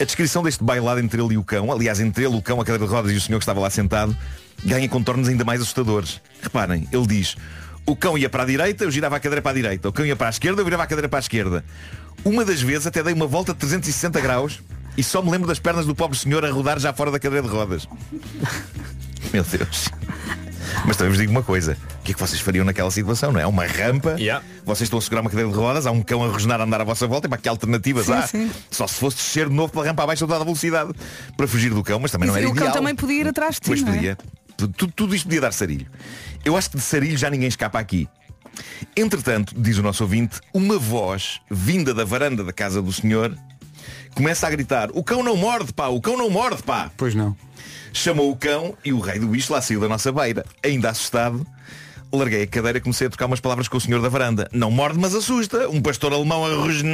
I: A descrição deste bailado entre ele e o cão, aliás, entre ele, o cão, a cadeira de rodas e o senhor que estava lá sentado, ganha contornos ainda mais assustadores. Reparem, ele diz, o cão ia para a direita, eu girava a cadeira para a direita. O cão ia para a esquerda, eu virava a cadeira para a esquerda. Uma das vezes até dei uma volta de 360 graus e só me lembro das pernas do pobre senhor a rodar já fora da cadeira de rodas. [laughs] Meu Deus. Mas também vos digo uma coisa. O que é que vocês fariam naquela situação, não é? Uma rampa. Vocês estão a segurar uma cadeira de rodas, há um cão a rosnar a andar à vossa volta. E para que alternativas
C: Sim,
I: há?
C: sim.
I: Só se fosse descer de novo pela rampa abaixo a toda a velocidade para fugir do cão, mas também não
C: e
I: era
C: o
I: ideal.
C: cão também podia ir atrás de ti,
I: Pois
C: não é?
I: podia. Tudo, tudo- tudo isto podia dar sarilho. Eu acho que de sarilho já ninguém escapa aqui. Entretanto, diz o nosso ouvinte, uma voz vinda da varanda da casa do senhor começa a gritar O cão não morde, pá! O cão não morde, pá!
A: Pois não.
I: Chamou o cão e o rei do bicho lá saiu da nossa beira. Ainda assustado, larguei a cadeira e comecei a trocar umas palavras com o senhor da varanda. Não morde, mas assusta. Um pastor alemão a rosn...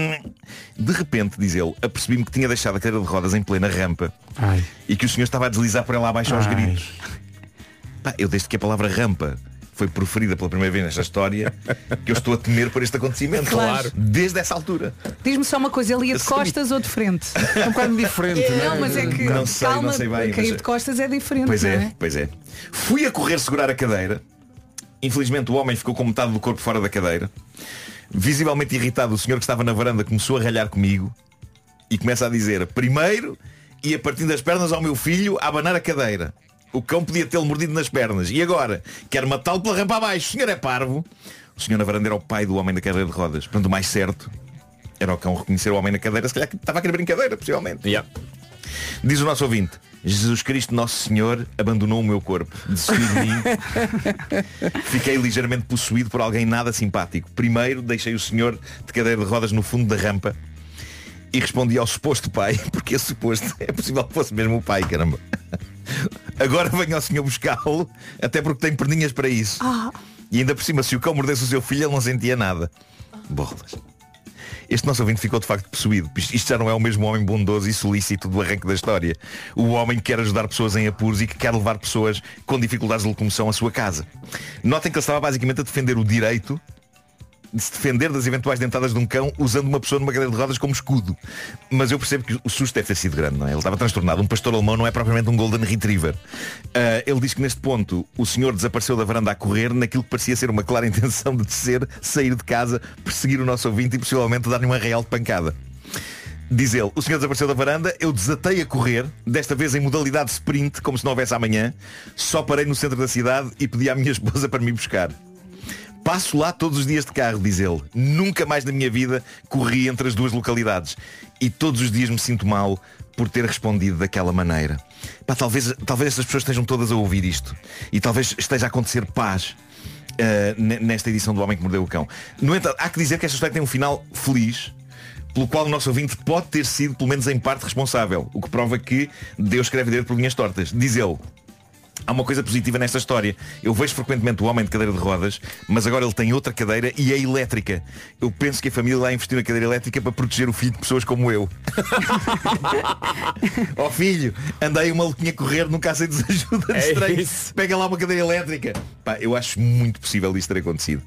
I: De repente, diz ele, apercebi-me que tinha deixado a cadeira de rodas em plena rampa
A: Ai.
I: e que o senhor estava a deslizar por ela abaixo aos
A: Ai.
I: gritos. Pá, eu desde que a palavra rampa foi proferida pela primeira vez nesta história, que eu estou a temer por este acontecimento.
C: Claro.
I: Desde essa altura.
C: Diz-me só uma coisa, ele ia de
I: Assim.
C: costas ou de frente?
I: É um bocado diferente, [laughs] não é?
C: Não, mas é que
I: Não sei, não
C: calma,
I: sei bem,
C: cair
I: mas-
C: de costas é diferente,
I: Pois
C: não
I: é, pois é. Fui a correr segurar a cadeira. Infelizmente o homem ficou com metade do corpo fora da cadeira. Visivelmente irritado, o senhor que estava na varanda começou a ralhar comigo e começa a dizer, primeiro ia partindo as pernas ao meu filho a abanar a cadeira. O cão podia tê-lo mordido nas pernas. E agora? Quero matá-lo pela rampa abaixo. O senhor é parvo. O senhor na varanda era o pai do homem da cadeira de rodas. Portanto, o mais certo era o cão reconhecer o homem na cadeira. Se calhar que estava a querer brincadeira, possivelmente. Diz o nosso ouvinte, Jesus Cristo Nosso Senhor abandonou o meu corpo, desistiu de mim. Fiquei ligeiramente possuído por alguém nada simpático. Primeiro deixei o senhor de cadeira de rodas no fundo da rampa e respondi ao suposto pai, [laughs] porque esse suposto é possível que fosse mesmo o pai, caramba. Agora venho ao senhor buscá-lo, até porque tem perninhas para isso.
C: Ah,
I: E ainda por cima, se o cão mordesse o seu filho, ele não sentia nada. Bolas. Este nosso ouvinte ficou de facto possuído. Isto isto já não é o mesmo homem bondoso e solícito do arranque da história. O homem que quer ajudar pessoas em apuros e que quer levar pessoas com dificuldades de locomoção à sua casa. Notem que ele estava basicamente a defender o direito de se defender das eventuais dentadas de um cão usando uma pessoa numa cadeira de rodas como escudo. Mas eu percebo que o susto deve ter sido grande, não é? Ele estava transtornado. Um pastor alemão não é propriamente um golden retriever. Ah, ele diz que neste ponto o senhor desapareceu da varanda a correr naquilo que parecia ser uma clara [laughs] intenção de descer, sair de casa, perseguir o nosso ouvinte e possivelmente dar-lhe uma real de pancada. Diz ele, o senhor desapareceu da varanda, eu desatei a correr, desta vez em modalidade sprint, como se não houvesse amanhã, só parei no centro da cidade e pedi à minha esposa para me ir buscar. Passo lá todos os dias de carro, diz ele. Nunca mais na minha vida corri entre as duas localidades. E todos os dias me sinto mal por ter respondido daquela maneira. Pá, talvez, talvez estas pessoas estejam todas a ouvir isto. E talvez esteja a acontecer paz ah, ne- nesta edição do Homem que Mordeu o Cão. No entanto, há que dizer que esta história tem um final feliz pelo qual o nosso ouvinte pode ter sido, pelo menos em parte, responsável. O que prova que Deus escreve dedo por linhas tortas. Diz ele, Há uma coisa positiva nesta história. Eu vejo frequentemente o homem de cadeira de rodas, mas agora ele tem outra cadeira e é elétrica. Eu penso que a família lá investiu na cadeira elétrica para proteger o filho de pessoas como eu. Ó filho, andei uma maluquinho a correr, nunca aceites ajuda de
O: É
I: estranhos. Pega lá uma cadeira elétrica. Pá, eu acho muito possível isto ter acontecido.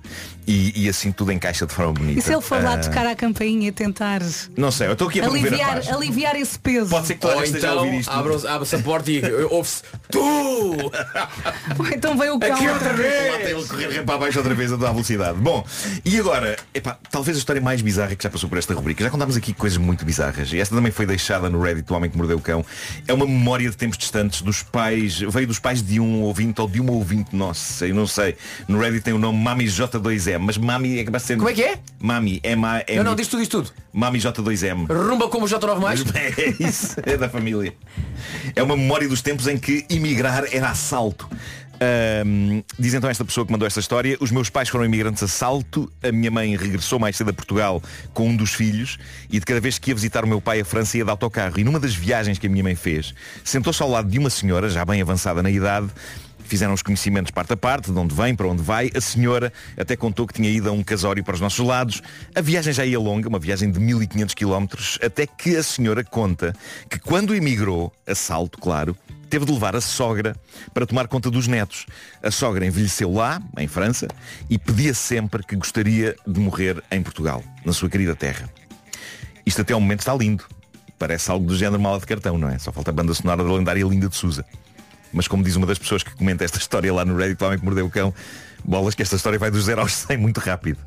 I: E, e assim tudo encaixa de forma bonita.
C: E se ele for lá
I: Ah,
C: tocar à campainha e tentar
I: Não sei, eu estou aqui a promover a
C: aliviar,
I: paz.
C: aliviar esse peso?
I: Pode ser que toda a
G: Ou
I: gente esteja a ouvir
G: então
I: isto.
G: abram- abre-se a porta e [laughs] ouve-se Tu!
C: Ou então vem o cão
I: Aqui
C: outra
G: [laughs]
I: outra
C: vez.
I: vez! Lá tem ele correr para baixo outra vez a toda a velocidade. Bom, e agora, epá, talvez a história mais bizarra que já passou por esta rubrica. Já contámos aqui coisas muito bizarras. E esta também foi deixada no Reddit do Homem que Mordeu o Cão. É uma memória de tempos distantes dos pais, veio dos pais de um ouvinte ou de uma ouvinte nossa, eu não sei. No Reddit tem o nome Mami J2M, mas Mami é capaz de ser. Como é que é? Mami, é ma
G: Não, não, diz tudo, diz tudo.
I: Mami J2M.
G: Rumba como o J9 mais.
I: É isso, é da família. É uma memória dos tempos em que emigrar era assalto. Ahm, diz então esta pessoa que mandou esta história Os meus pais foram imigrantes a salto A minha mãe regressou mais cedo a Portugal Com um dos filhos E de cada vez que ia visitar o meu pai a França ia de autocarro E numa das viagens que a minha mãe fez Sentou-se ao lado de uma senhora, já bem avançada na idade Fizeram os conhecimentos parte a parte, de onde vem, para onde vai. A senhora até contou que tinha ido a um casório para os nossos lados. A viagem já ia longa, uma viagem de 1500 quilómetros, até que a senhora conta que quando emigrou, a salto, claro, teve de levar a sogra para tomar conta dos netos. A sogra envelheceu lá, em França, e pedia sempre que gostaria de morrer em Portugal, na sua querida terra. Isto até ao momento está lindo. Parece algo do género mala de cartão, não é? Só falta a banda sonora da lendária Linda de Souza. Mas como diz uma das pessoas que comenta esta história lá no Reddit, o homem que mordeu o cão, bolas que esta história vai dos 0 aos 100 muito rápido.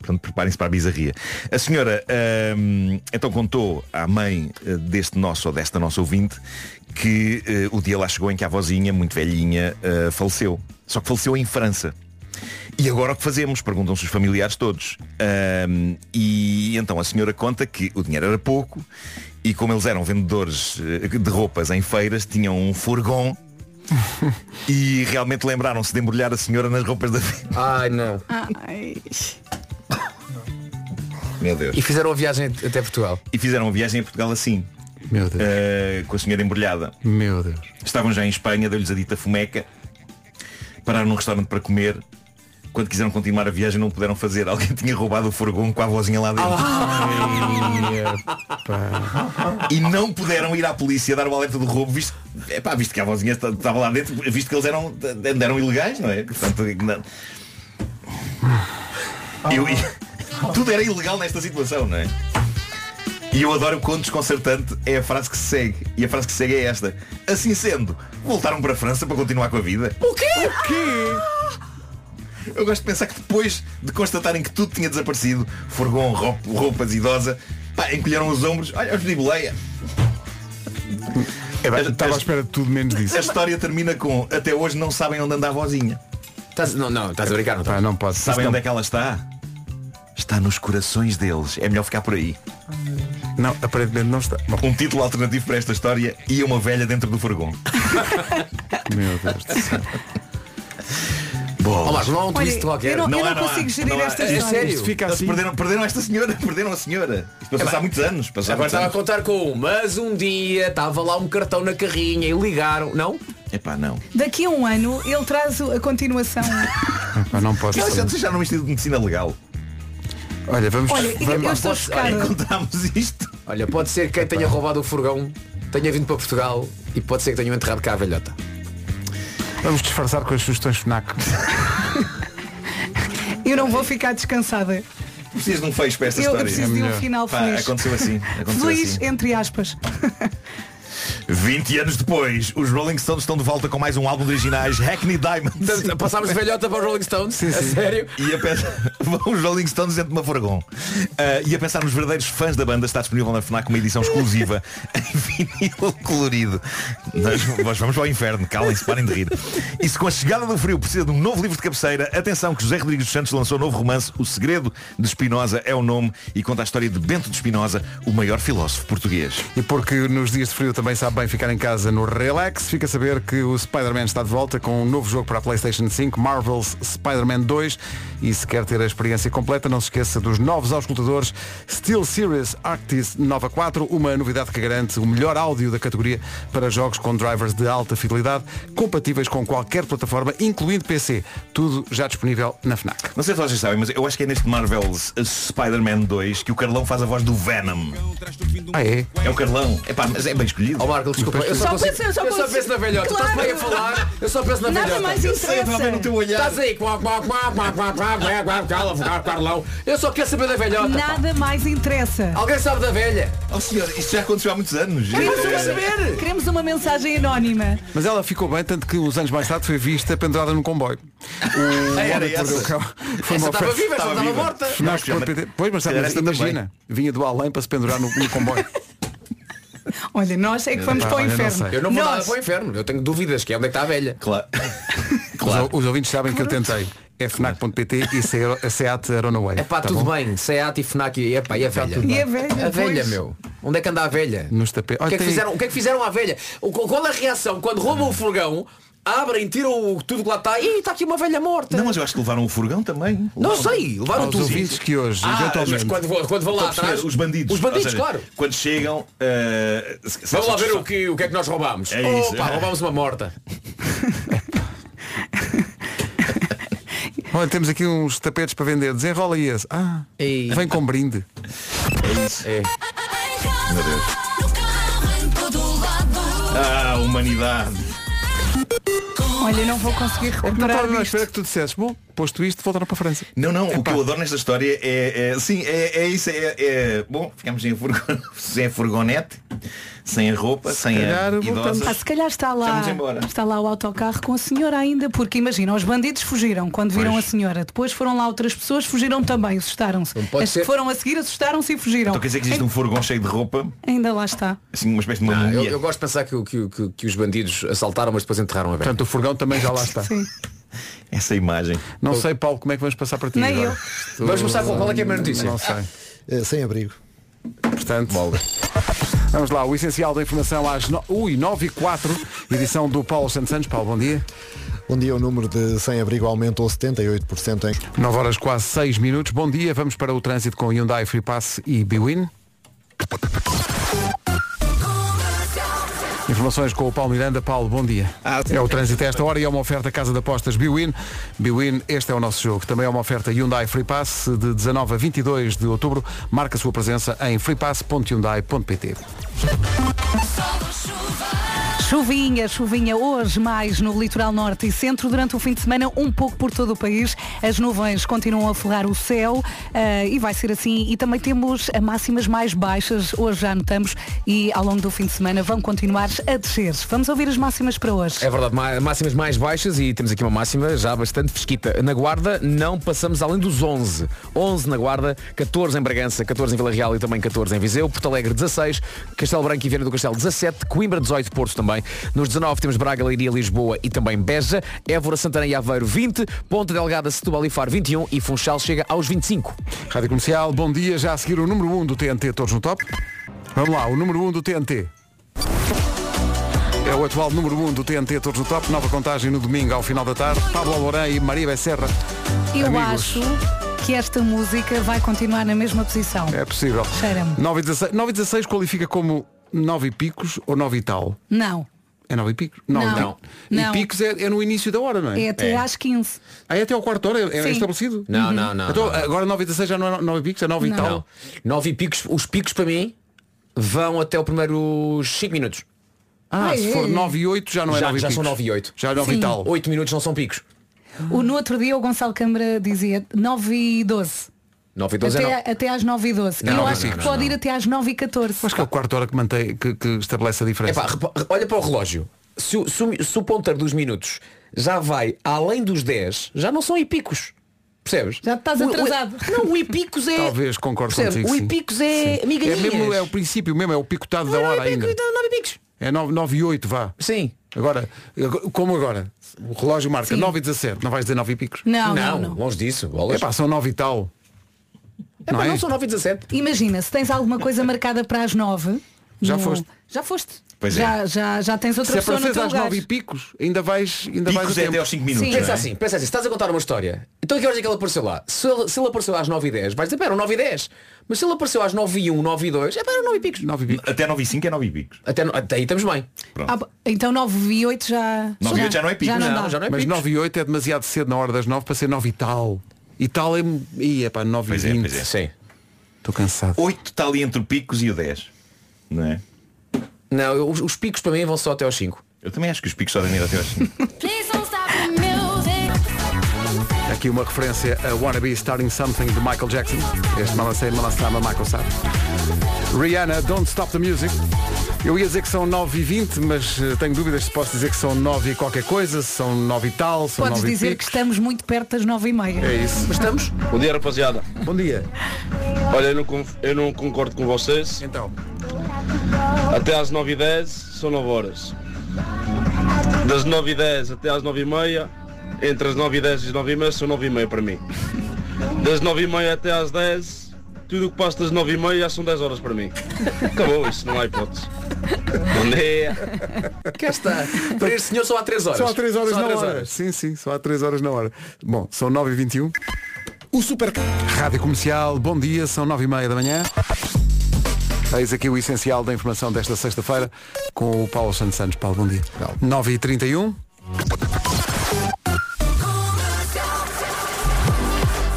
I: Portanto, preparem-se para a bizarria. A senhora ahm, então contou à mãe eh, deste nosso ou desta nossa ouvinte que eh, o dia lá chegou em que a avózinha, muito velhinha, eh, faleceu. Só que faleceu em França. E agora o que fazemos? Perguntam-se os familiares todos. Ahm, e então a senhora conta que o dinheiro era pouco e como eles eram vendedores eh, de roupas em feiras, tinham um furgão
D: e realmente lembraram-se de embrulhar a senhora nas roupas da filha.
G: Ai, não.
D: Meu Deus.
G: E fizeram a viagem até Portugal.
D: E fizeram a viagem a Portugal assim. Eh,
A: Meu Deus.
D: com a senhora embrulhada.
A: Meu Deus.
D: Estavam já em Espanha, deu-lhes a dita fumeca. Pararam num restaurante para comer. Quando quiseram continuar a viagem não puderam fazer. Alguém tinha roubado o furgão com a vozinha lá dentro.
A: Ah.
D: e não puderam ir à polícia dar o alerta do roubo, visto, epá, visto que a vozinha esta- estava lá dentro, visto que eles eram, eram ilegais, não é? Portanto, não- Eu-
A: Ah.
D: [laughs] tudo era ilegal nesta situação, não é? E eu adoro o quão desconcertante é a frase que se segue. E a frase que se segue é esta. Assim sendo, voltaram para a França para continuar com a vida.
P: O quê? O quê?
D: Eu gosto de pensar que depois de constatarem que tudo tinha desaparecido, furgão, roup- roupas, idosa, pá, encolheram os ombros, olha, os niboleia.
A: É, Estava à espera de tudo menos disso.
D: A história termina com até hoje não sabem onde anda a vozinha.
G: não, não, estás a brincar, não,
A: não pode.
D: Sabem onde é que ela está? Está nos corações deles. É melhor ficar por aí.
A: Não, aparentemente não está.
D: Um título alternativo para esta história e uma velha dentro do furgão.
A: [laughs] Meu Deus do céu.
D: Bolas.
G: Ó, Marco, não há um twist qualquer.
D: há, há. Não há.
G: É sério.
D: Isto fica assim. Eles perderam, perderam esta senhora, [laughs] perderam a senhora. Isto passou-se há muitos anos. Passou há
G: Agora
D: muitos
G: estava a contar
D: anos.
G: com um, mas um dia estava lá um cartão na carrinha e ligaram, não?
D: Epá, não.
C: Daqui a um ano ele traz o- a continuação.
A: não posso.
D: Isso já, isso já não é um estilo de medicina legal.
A: Olha, vamos.
C: Olha, eu- vamos- eu estou
G: Posso-
C: chocada.
G: olha,
D: encontramos isto.
G: Olha, pode ser que quem tenha roubado o furgão tenha vindo para Portugal e pode ser que tenham enterrado cá a velhota.
A: Vamos disfarçar com as sugestões FNAC.
C: Eu não vou ficar descansada.
D: Precisas de um fecho para esta
C: Eu- eu
D: história.
C: preciso de um melhor. final
D: Pá,
C: feliz.
D: Aconteceu assim. Aconteceu
C: Feliz,
D: assim.
C: entre aspas.
D: 20 anos depois, os Rolling Stones estão de volta com mais um álbum de originais, Hackney Diamonds.
G: Portanto, Passámos de velhota para os Rolling Stones? A sério?
D: E a pensar...
I: [laughs]
D: Vão os Rolling Stones dentro de uma furgão. Ah, e a pensar nos verdadeiros fãs da banda, está disponível na FNAC uma edição exclusiva em vinil colorido. Nós, nós vamos para o inferno, calem-se, parem de rir. E se com a chegada do frio precisa de um novo livro de cabeceira, atenção que José Rodrigues dos Santos lançou um novo romance, O Segredo de Espinosa é o nome, e conta a história de Bento de Espinosa, o maior filósofo português.
A: E porque nos dias de frio também sabe bem ficar em casa no relax, fica a saber que o Spider-Man está de volta com um novo jogo para a PlayStation 5, Marvel's Spider-Man 2. E se quer ter a experiência completa, não se esqueça dos novos auscultadores Steel Series Arctis Nova 4, uma novidade que garante o melhor áudio da categoria para jogos com drivers de alta fidelidade, compatíveis com qualquer plataforma, incluindo PC. Tudo já disponível na FNAC.
D: Não sei se vocês sabem, mas eu acho que é neste Marvel's Spider-Man 2 que o Carlão faz a voz do Venom.
A: Ah, é?
D: É o Carlão. Epá, mas é bem escolhido. Ó
G: Marco, desculpa. Eu só, penso, eu só, penso na velhota.
P: Claro.
G: Estás bem a falar? Eu só penso na
P: Nada
G: velhota.
P: mais
G: Eu sei,
P: interessa.
G: está a ver no teu olhar. Estás aí. quá, quá, quá, quá, quá, quá, quá, quá, Cala, vá, Carlão. Eu só quero saber da velhota. pá. Ah,
C: Nada mais interessa.
G: Alguém sabe da velha?
D: Oh senhor, isto já aconteceu há muitos anos.
C: Queremos
D: É-
C: uma, queremos uma mensagem anónima.
A: Mas ela ficou bem, tanto que uns anos mais tarde foi vista pendurada num comboio.
D: [laughs]
A: O
D: É, Era
A: homem que mordeu o
D: essa.
A: cão
D: Essa
A: foi uma
D: estava
A: oferta-
D: viva, essa estava
A: viva.
D: morta.
A: Fnac
D: Não,
A: .pt. Pois, mas sabe,
D: era
A: mas
D: esta
A: imagina, vinha do além para se pendurar no, no
D: [laughs]
A: comboio.
C: Olha, nós é que vamos para o inferno.
G: Eu não vou nada
C: Nós.
G: para o inferno. Eu tenho dúvidas que é onde é que está a velha.
D: Claro.
A: Os, os ouvintes sabem que eu tentei. É fnac.pt e Se- a SEAT Aronaway.
G: É pá, tudo bem. Seat e Fnac e, epá, e a velha.
C: E a velha,
G: A velha,
C: pois.
G: meu. Onde é que anda a velha?
A: Nos tapetes.
G: O que, é
A: Olha,
G: que
A: tem-
G: fizeram, o que é que fizeram à velha? O- Qual a reação? Quando roubam o furgão, abrem, tiram o- tudo que lá está e está aqui uma velha morta.
D: Não, mas eu acho que levaram o furgão também.
G: Não sei, levaram
A: Aos
G: tudo.
A: ouvintes que hoje,
G: Ah,
A: eventualmente.
G: mas quando, vão- quando vão
D: Estou
G: lá
D: a perceber,
G: atrás.
D: Os bandidos.
G: Os bandidos,
D: Ou seja,
G: claro.
D: Quando chegam. eh, se- se-
G: Vamos lá
D: se-
G: ver o que, o que é que nós roubámos.
D: É isso,
G: Opa,
D: é.
G: roubámos uma morta.
A: Olha, temos aqui uns tapetes para vender. Desenrola aí esse. Ah,
G: Ei.
A: vem com brinde.
D: É isso. Meu Deus.
H: Em todo lado.
D: Ah, humanidade.
C: Olha, não vou conseguir recuperar
A: não
C: isto.
A: espera que tu dissesses, bom, posto isto, voltaram para a França.
D: Não, não, o que eu adoro nesta história é. é- sim, é, é isso. É, é- bom, ficamos sem, furgon, [laughs] sem furgonete, sem a roupa, sem
A: calhar
D: a
A: voltamos.
C: Ah,
D: idosa.
C: se calhar está lá,
D: Vamos embora.
C: está lá o autocarro com a senhora ainda, porque imagina, os bandidos fugiram quando viram
D: Pois.
C: a senhora, depois foram lá outras pessoas, fugiram também, assustaram-se.
G: pode
C: As que
G: ser.
C: foram a seguir assustaram-se e fugiram.
D: Então quer dizer que existe um furgão cheio de roupa,
C: Ainda lá está.
D: assim, uma espécie de uma
G: Ah, eu,
D: mumia.
G: eu gosto de pensar que, o- que o- que o- que os bandidos assaltaram, mas depois enterraram a velha.
A: Portanto, o furgão também já lá está.
C: Sim.
D: Essa imagem.
A: Não sei, Paulo, como é que vamos passar para ti
C: Nem
A: agora?
C: eu.
A: Estou-
N: Eh,
G: Vamos começar com qual é que é a minha notícia?
A: Não sei.
Q: Eh, sem abrigo.
A: Portanto, Vamos lá, o essencial da informação às no... Ui, 9 e 4, edição do Paulo Santos Santos. Paulo, bom dia.
N: Um dia o número de sem-abrigo aumentou 78% em...
A: 9 horas quase 6 minutos. Bom dia, vamos para o trânsito com Hyundai Free Pass e Biwin. Informações com o Paulo Miranda. Paulo, bom dia. é o trânsito a esta hora e é uma oferta Casa de Apostas Biwin. Biwin, este é o nosso jogo. Também é uma oferta Hyundai Free Pass de 19 a 22 de outubro. Marca a sua presença em freepass.hyundai.pt.
C: Chuvinha, chuvinha hoje mais no litoral norte e centro durante o fim de semana um pouco por todo o país. As nuvens continuam a forrar o céu eh, e vai ser assim. E também temos eh, máximas mais baixas, hoje já notamos, e ao longo do fim de semana vão continuar a descer. Vamos ouvir as máximas para hoje.
G: É verdade, ma- máximas mais baixas e temos aqui uma máxima já bastante fresquita. Na Guarda não passamos além dos 11. 11 na Guarda, 14 em Bragança, 14 em Vila Real e também 14 em Viseu, Porto Alegre 16, Castelo Branco e Viana do Castelo 17, Coimbra 18, Porto também. Nos 19 temos Braga, Leiria, Lisboa e também Beja, Évora, Santana e Aveiro 20, Ponta Delgada, Setúbal e Faro 21 e Funchal chega aos 25.
A: Rádio Comercial, bom dia. Já a seguir o número 1 do TNT, todos no top. Vamos lá, o número 1 do TNT. É o atual número 1 do TNT, todos no top. Nova contagem no domingo ao final da tarde. Pablo Alborã e Maria Becerra.
C: Eu
A: Amigos.
C: acho que esta música vai continuar na mesma posição.
A: É possível.
C: Cheira-me.
A: 9 e 16, 9 e 16 qualifica como 9 e picos ou 9 e tal?
C: Não,
A: É 9 e picos? Não,
C: Não. Não.
A: E picos é, é no início da hora, não é?
C: é até às 15.
A: Ah, é até ao quarto hora? É
C: Sim. Uhum.
A: estabelecido?
G: Não, não, não,
A: Então,
G: não.
A: agora 9 e 16 já não é 9 e picos, é 9 e
C: Não.
A: tal.
G: 9 Então, e picos, os picos para mim vão até os primeiros 5 minutos.
A: Ah,
C: Ai,
A: se for
C: ai.
A: 9 e 8 já não é
G: já,
A: 9 e
G: já
A: picos.
G: são 9 e 8.
A: Já é 9 e
C: Sim.
A: tal.
G: 8 minutos não são picos.
C: O, no outro dia o Gonçalo Câmara dizia 9 e 12.
G: 9 e 12 é
C: Até,
G: não.
C: até às 9 e 12.
G: Não,
C: eu
G: não,
C: acho
G: não,
C: que
G: não,
C: pode
G: não.
C: ir até às 9 e 14.
A: Acho que é o quarto hora que, mantém, que, que estabelece a diferença.
G: Epá, repa- olha para o relógio. Se, o- se o- se o ponteiro dos minutos já vai além dos 10, já não são hipicos. Percebes?
C: Já estás
G: O- o-
C: atrasado.
G: [laughs] não, o hipicos é.
A: Talvez concordo
G: Percebe?
A: contigo.
G: O
A: sim.
G: hipicos é
A: Sim.
G: amiga
A: É, mesmo, é o princípio mesmo, é o picotado da hora ainda. É 9, 9 e 8, vá.
G: Sim.
A: Agora, agora- como agora? O relógio marca 9 e 17, não vais dizer 9 e picos?
C: Não, não, Não, não.
G: longe disso.
A: Epá, são 9 e tal. não é?
G: 9 e 17.
C: Imagina, se tens alguma coisa marcada para as 9.
A: Já foste.
C: Já foste.
A: Pois é.
C: já, já, já tens outra
A: Se é
C: pessoa
A: para
C: no
A: seres
C: teu
A: às
C: lugar.
A: 9 e picos, ainda vais ainda vais
G: é
A: tempo.
G: Pensa assim, pensa assim, se estás a contar uma história, então que horas é que ele apareceu lá? Se ele, se ele apareceu às 9 e 10, vais dizer, pera, 9 e 10. Mas se ele apareceu às 9 e 1, 9 e 2, é para 9 e picos.
A: 9 e picos.
I: Até 9 e 5 é 9 e picos.
G: Até, até aí estamos bem.
C: Ah, bo- então 9 e 8 já. Já não, dá.
A: Mas 9 e 8 é demasiado cedo na hora das 9 para ser 9 e tal. E tal é. Ih, é para 9 e 20.
G: Sim.
A: Estou cansado.
I: 8 está ali entre o picos e o 10. Não é?
G: Não, eu- os, os picos para mim vão só até aos 5.
I: Eu também acho que os picos só devem ir até aos 5.
H: Please don't stop the music.
A: Aqui uma referência a Wanna Be Starting Something de Michael Jackson. Este malancei malançava Michael sabe. Rihanna, Don't Stop the Music. Eu ia dizer que são 9 e 20, mas eh, tenho dúvidas se posso dizer que são 9 e qualquer coisa, se são 9 e tal, se são
C: Podes
A: 9 e
C: dizer que
A: pico.
C: estamos muito perto das 9 e meia.
A: É isso.
C: Mas estamos?
R: Bom dia, rapaziada.
A: Bom dia.
R: Olha, eu não, con- eu não concordo com vocês.
A: Então.
R: Até às 9h10 são 9 horas. Das 9h10 até às 9h30, entre as 9h10 e as 9h30 são 9h30 para mim. Das 9h30 até às 10 tudo o que passa das 9h30 já são 10 horas para mim. Acabou isso, não há hipótese. Bom dia.
G: Cá está. [laughs] Para este senhor só há 3 horas.
A: Só há 3 horas
G: Só há
A: na
G: três
A: hora.
G: horas.
A: Sim, sim, só há 3 horas na hora. Bom, são 9 e 21 O Super Rádio Comercial, bom dia, são 9 e meia da manhã. Eis aqui o essencial da informação desta sexta-feira com o Paulo Santos Santos. Paulo, bom dia. 9 e 31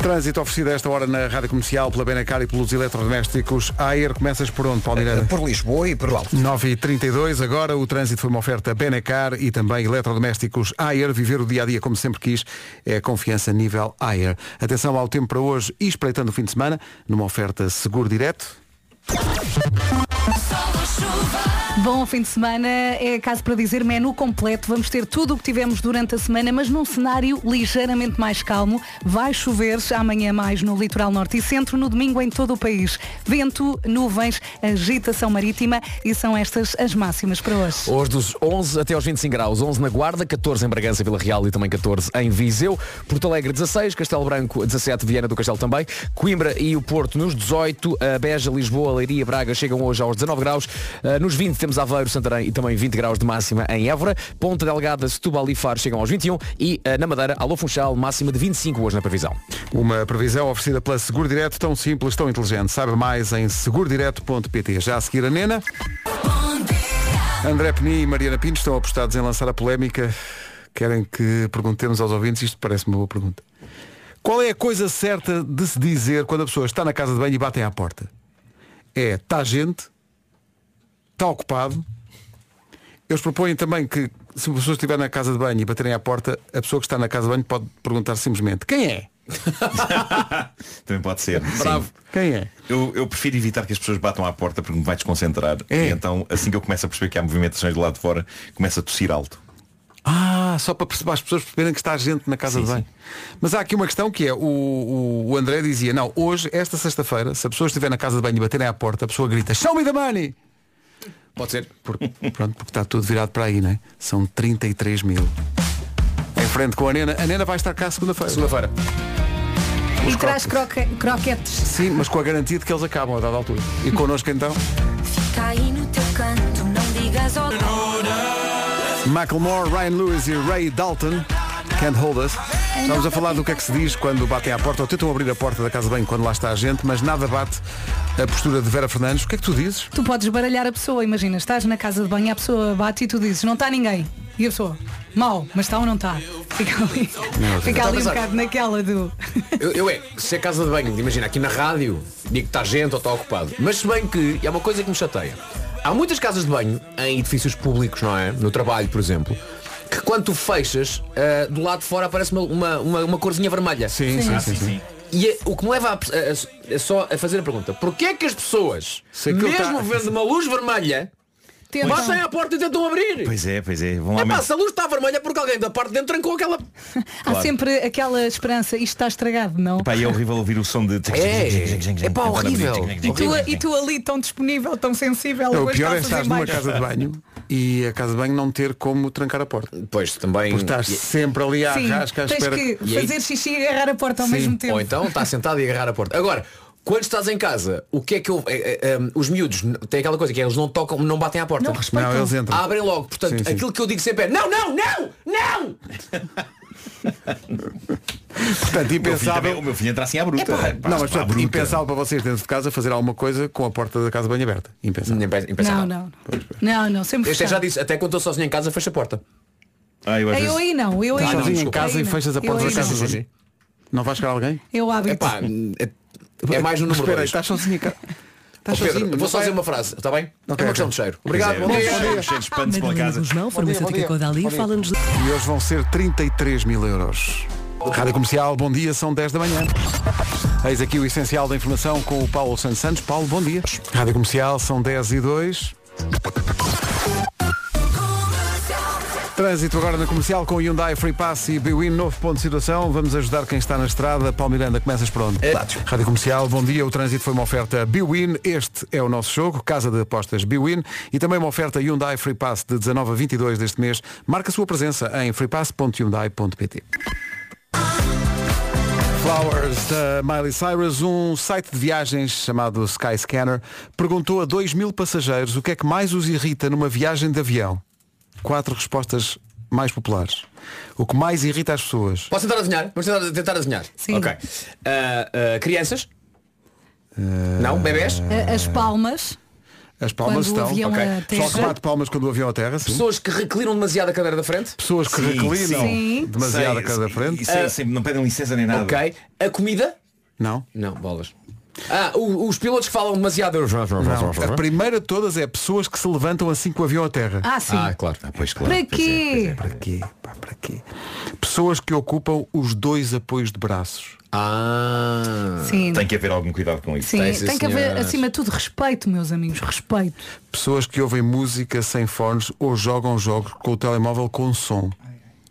A: Trânsito oferecido a esta hora na Rádio Comercial pela Benacar e pelos eletrodomésticos. Ayer, começas por onde, Paulo Miranda?
B: Por Lisboa e por Alto.
A: 9h32, agora o trânsito foi uma oferta Benacar e também eletrodomésticos Ayer. Viver o dia a dia como sempre quis é confiança nível Ayer. Atenção ao tempo para hoje e espreitando o fim de semana numa oferta seguro direto.
C: Bom fim de semana, é caso para dizer menu completo, vamos ter tudo o que tivemos durante a semana, mas num cenário ligeiramente mais calmo. Vai chover amanhã mais no litoral norte e centro, no domingo em todo o país. Vento, nuvens, agitação marítima e são estas as máximas para hoje.
G: Hoje dos 11 até aos 25 graus, 11 na Guarda, 14 em Bragança, Vila Real e também 14 em Viseu, Porto Alegre 16, Castelo Branco 17, Viana do Castelo também, Coimbra e o Porto nos 18, a Beja, Lisboa, Leiria, Braga chegam hoje aos 19 graus, Eh, nos 20 temos Aveiro, Santarém e também 20 graus de máxima em Évora, Ponta Delgada, Setúbal e Faro chegam aos 21 e eh, na Madeira, Alô Funchal, máxima de 25 hoje na previsão.
A: Uma previsão oferecida pela Seguro Direto, tão simples, tão inteligente. Saiba mais em segurodireto.pt. Já a seguir a Nena. André Peni e Mariana Pinto estão apostados em lançar a polémica. Querem que perguntemos aos ouvintes, isto parece-me uma boa pergunta. Qual é a coisa certa de se dizer quando a pessoa está na casa de banho e batem à porta? É, está gente, está ocupado. Eles propõem também que se a pessoa estiver na casa de banho e baterem à porta, a pessoa que está na casa de banho pode perguntar simplesmente quem é?
I: Também pode ser. sim.
A: Quem é?
I: Eu, eu prefiro evitar que as pessoas batam à porta porque me vai desconcentrar.
D: É.
I: E então, assim que eu começo a perceber que há movimentações do lado de fora, começo a tossir alto.
A: Ah, só para perceber, as pessoas perceberem que está gente na casa de banho. Mas há aqui uma questão que é, o, o- o André dizia, não, hoje, esta sexta-feira, se a pessoa estiver na casa de banho e baterem à porta, a pessoa grita, show me the money!
G: Pode ser.
A: Porque, pronto, porque está tudo virado para aí, não é? São 33 mil. Em frente com a Nena. A Nena vai estar cá segunda-feira.
G: Segunda-feira.
C: E traz croque- croquetes.
A: Sim, mas com a garantia de que eles acabam a dada altura. E connosco então,
H: Fica aí no teu canto, não digas ao
A: Macklemore, Ryan Lewis e Ray Dalton. Can't hold us. Estamos a falar do que é que se diz quando batem à porta ou tentam abrir a porta da casa de banho quando lá está a gente, mas nada bate a postura de Vera Fernandes. O que é que tu dizes?
C: Tu podes baralhar a pessoa, imagina, estás na casa de banho, e a pessoa bate e tu dizes, não está ninguém. E a pessoa, mal, mas está ou não está? Fica ali,
G: Não,
C: fica
G: tá
C: ali um
G: passado.
C: bocado naquela do.
G: Eu, eu é, se é casa de banho, imagina, aqui na rádio, digo que está gente ou está ocupado. Mas se bem que e há uma coisa que me chateia. Há muitas casas de banho em edifícios públicos, não é? No trabalho, por exemplo, que quando tu fechas, ah, do lado de fora aparece uma, uma, uma, uma corzinha vermelha. Ah,
A: Sim, sim, sim, sim.
G: E é- o que me leva a, a- a- só a fazer a pergunta, porquê é que as pessoas,
A: aquilo
G: mesmo
A: tá-
G: vendo uma luz vermelha,
C: Tentam.
G: batem à porta e tentam abrir?
I: Pois é, pois é. Vão lá
G: É pá,
I: mesmo.
G: se a luz está vermelha é porque alguém da parte de dentro trancou aquela.
C: Há sempre aquela esperança, isto está estragado, não?
I: Pá, e é horrível ouvir o som de.
G: É, é pá, horrível.
C: E tu, é- e tu ali tão disponível, tão sensível,
A: Não, o
C: com as
A: pior é
C: calças
A: estar
C: em
A: numa
C: baixo.
A: casa de banho e a casa de banho não ter como trancar a porta.
G: Pois também.
A: Porque estás sempre ali à
C: Sim,
A: rasca à
C: tens
A: espera.
C: que fazer xixi e agarrar a porta ao
G: Sim.
C: mesmo tempo.
G: Ou então está sentado e agarrar a porta. Agora, quando estás em casa, o que é que eu. eh, eh, um, os miúdos n- têm aquela coisa que é, eles não tocam, não batem à porta.
C: Não respeitam. Não, eles entram.
G: Abrem logo. Portanto,
A: Sim, sim.
G: aquilo que eu digo sempre é não, não, não, não!
A: Portanto,
I: O meu, filho
A: impensável.
I: também, o meu filho entra assim à bruta.
A: Epá,
I: É pá,
A: não, mas tipo
I: pá,
A: portanto,
I: bruta.
A: impensável para vocês dentro de casa fazer alguma coisa com a porta da casa de banho aberta. Impensável.
C: Não, não. Não, não, sempre
G: Eu até já
C: fechado.
G: disse, até quando estou sozinho em casa, fecho a porta.
I: Ah,
C: Ah,
I: [laughs]
C: Eu aí não, eu aí não.
A: sozinho em
C: desculpa.
A: casa
C: Aí
A: e
C: não.
A: fechas a
C: Eu
A: porta
C: aí
A: da casa
C: não.
A: de banho. Não vai chegar alguém?
C: Eu hábito.
G: Epá, é, é mais no número
A: Espera aí,
G: 2.
A: estás sozinho em casa.
G: Pedro,
A: Estás sozinho,
G: vou
A: não
G: só
A: vai-
G: dizer uma frase, está bem? é
A: Ok,
G: uma
A: ok.
G: questão de cheiro. Obrigado,
A: Pois é,
G: bom dia.
A: bom dia. Cheiro de espanto pela Madalena casa. Guzmão, farmacêutica Caudalie, fala-nos E hoje vão ser 33 mil euros. Rádio Comercial, bom dia, são 10 da manhã. Eis aqui o essencial da informação com o Paulo Santos Santos. Paulo, bom dia. Rádio Comercial, são 10 e 2. Trânsito agora na comercial com Hyundai Free Pass e Biwin, novo ponto de situação. Vamos ajudar quem está na estrada. Paulo Miranda, começas por onde? Rádio Comercial, bom dia. O trânsito foi uma oferta Biwin. Este é o nosso jogo, Casa de Apostas Biwin. E também uma oferta Hyundai Free Pass de 19 a 22 deste mês. Marca a sua presença em freepass.hyundai.pt. Flowers da Miley Cyrus, um site de viagens chamado Skyscanner, perguntou a 2 mil passageiros o que é que mais os irrita numa viagem de avião. Quatro respostas mais populares. O que mais irrita as pessoas?
G: Posso tentar adivinhar? Vamos tentar, tentar adivinhar. Sim. Ok. Ah, ah, crianças?
A: Ah.
G: Não? Bebés?
C: A- As palmas.
A: As palmas
C: Quando o
A: estão.
C: avião
A: Ok.
C: aterra.
A: Pessoal que bate palmas quando o avião aterra. Sim.
G: Pessoas que reclinam demasiado a cadeira da frente?
A: Pessoas que reclinam demasiado a cada frente.
G: Ah,
I: não pedem licença nem nada.
G: Ok. A comida?
A: Não.
G: Não, bolas. Ah, o- os pilotos que falam demasiado. Ah,
A: Não. é A primeira de todas é pessoas que se levantam assim que o avião aterra.
C: Ah, sim. Ah,
G: claro.
A: pois, é.
C: Para quê?
A: Para quê? Pá, para quê? Pessoas que ocupam os dois apoios de braços.
G: Ah.
C: Sim.
R: Tem que haver algum cuidado com isso.
C: Sim, tem, que haver, acima de tudo, respeito, meus amigos, respeito.
A: Pessoas que ouvem música sem fones ou jogam jogos com o telemóvel com som.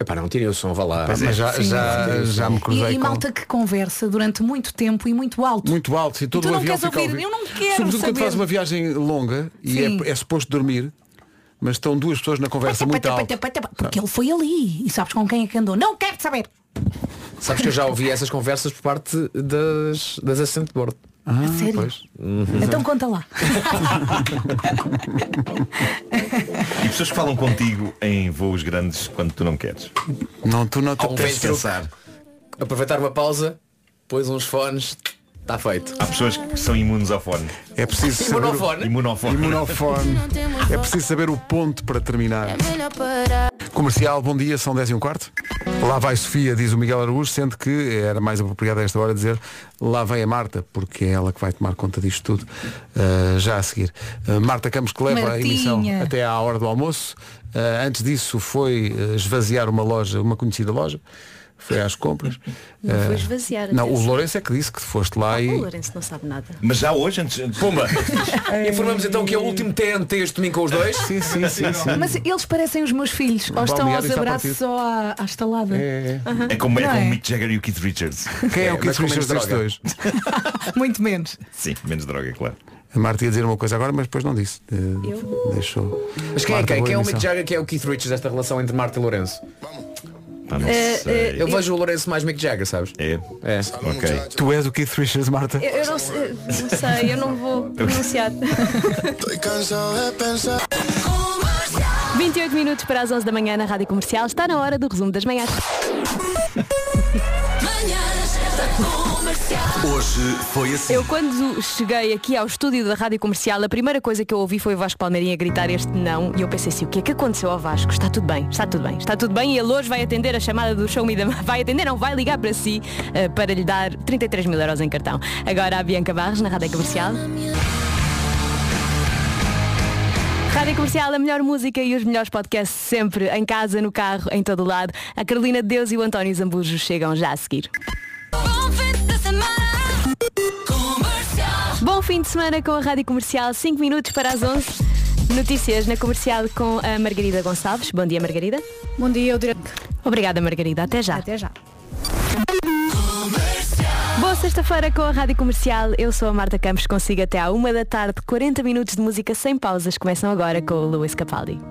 G: Epá, não tirem o som, vá lá.
A: Mas é, já,
C: Sim,
A: já,
C: sim.
A: já me cruzei
C: E, e
A: com...
C: malta que conversa durante muito tempo e muito alto.
A: Muito alto, e todo
C: tu
A: o
C: não
A: avião
C: queres
A: fica a
C: ouvir? Eu não quero
A: Sobretudo quando
C: saber.
A: fazes uma viagem longa e
C: Sim.
A: é, é suposto dormir, mas estão duas pessoas na conversa muito
C: Pata,
A: alta.
C: pata, pata, pata, Porque ele foi ali. E sabes com quem é que andou? Não quero saber.
G: Sabes que eu já ouvi essas conversas por parte das, das assistentes de bordo.
C: Ah, sério? Então conta lá.
R: E pessoas que falam contigo em voos grandes quando tu não queres.
A: Não, tu não
R: te
G: um
R: apetece pensar.
G: Aproveitar uma pausa, pôs uns fones, está feito. Ah,
R: Há pessoas que são imunes ao fone.
A: É preciso saber
G: Imunofone.
A: O... Imunofone. Imunofone. É preciso saber o ponto para terminar. Comercial, bom dia, são 10 e um quarto. Lá vai Sofia, diz o Miguel Araújo, sendo que era mais apropriado a esta hora dizer lá vai a Marta, porque é ela que vai tomar conta disto tudo uh, já a seguir. Uh, Marta Campos que leva a
C: Martinha.
A: emissão até à hora do almoço. Uh, antes disso foi uh, esvaziar uma loja, uma conhecida loja. Foi às compras.
I: Não
A: Uh,
I: foi esvaziar.
A: Não, o
I: atenção.
A: Lourenço é que disse que foste lá
I: O
A: e.
I: Lourenço não sabe nada.
R: Mas já hoje antes. [laughs]
G: Pumba! Informamos então que é o último TNT este domingo com os dois.
A: Sim, sim, sim.
C: Mas eles parecem os meus filhos. Ou estão
R: Balneário
C: aos
R: está
C: abraços
R: partido.
C: ou à, à estalada. Aham.
R: É como, é
C: Não
R: como Mick Jagger e o Keith Richards.
A: Quem é o Keith
R: mas com
A: Richards
R: menos
A: dos
R: droga.
A: dois?
C: Muito menos.
R: Sim, menos droga, claro.
A: A Marta ia dizer uma coisa agora, mas depois não disse. Eh, Deixou.
G: Mas quem é
A: Marta,
G: quem?
A: boa
G: Quem é o
A: emissão.
G: Mick Jagger? Quem é o Keith Richards desta relação entre Marta e Lourenço?
C: Eh, sei. eh,
G: eu vejo o Lourenço mais Mick Jagger, sabes?
R: É.
G: É.
R: Ok.
A: Tu és o Keith Richards, Marta.
I: Eu, eu não, sei, não sei, eu não vou pronunciar. 28 minutos para as 11 da manhã na Rádio Comercial. Está na hora do resumo das manhãs.
H: Hoje foi assim.
I: Eu quando cheguei aqui ao estúdio da Rádio Comercial, a primeira coisa que eu ouvi foi o Vasco Palmeirinha gritar este não e eu pensei assim, o que é que aconteceu ao Vasco? Está tudo bem, está tudo bem, está tudo bem e ele hoje vai atender a chamada do Show Me the Money. [laughs] Vai atender, não, vai ligar para si eh, para lhe dar 33 mil euros em cartão. Agora a Bianca Barros na Rádio Comercial. Rádio Comercial, a melhor música e os melhores podcasts sempre, em casa, no carro, em todo o lado. A Carolina de Deus e o António Zambujo chegam já a seguir. Bom fim de semana com a Rádio Comercial, 5 minutos para as 11. Notícias na Comercial com a Margarida Gonçalves. Bom dia, Margarida. Bom dia, eu Obrigada, Margarida. Até já. Até já. Boa sexta-feira com a Rádio Comercial. Eu sou a Marta Campos. Consigo até à uma da tarde. 40 minutos de música sem pausas. Começam agora com o Luís Capaldi.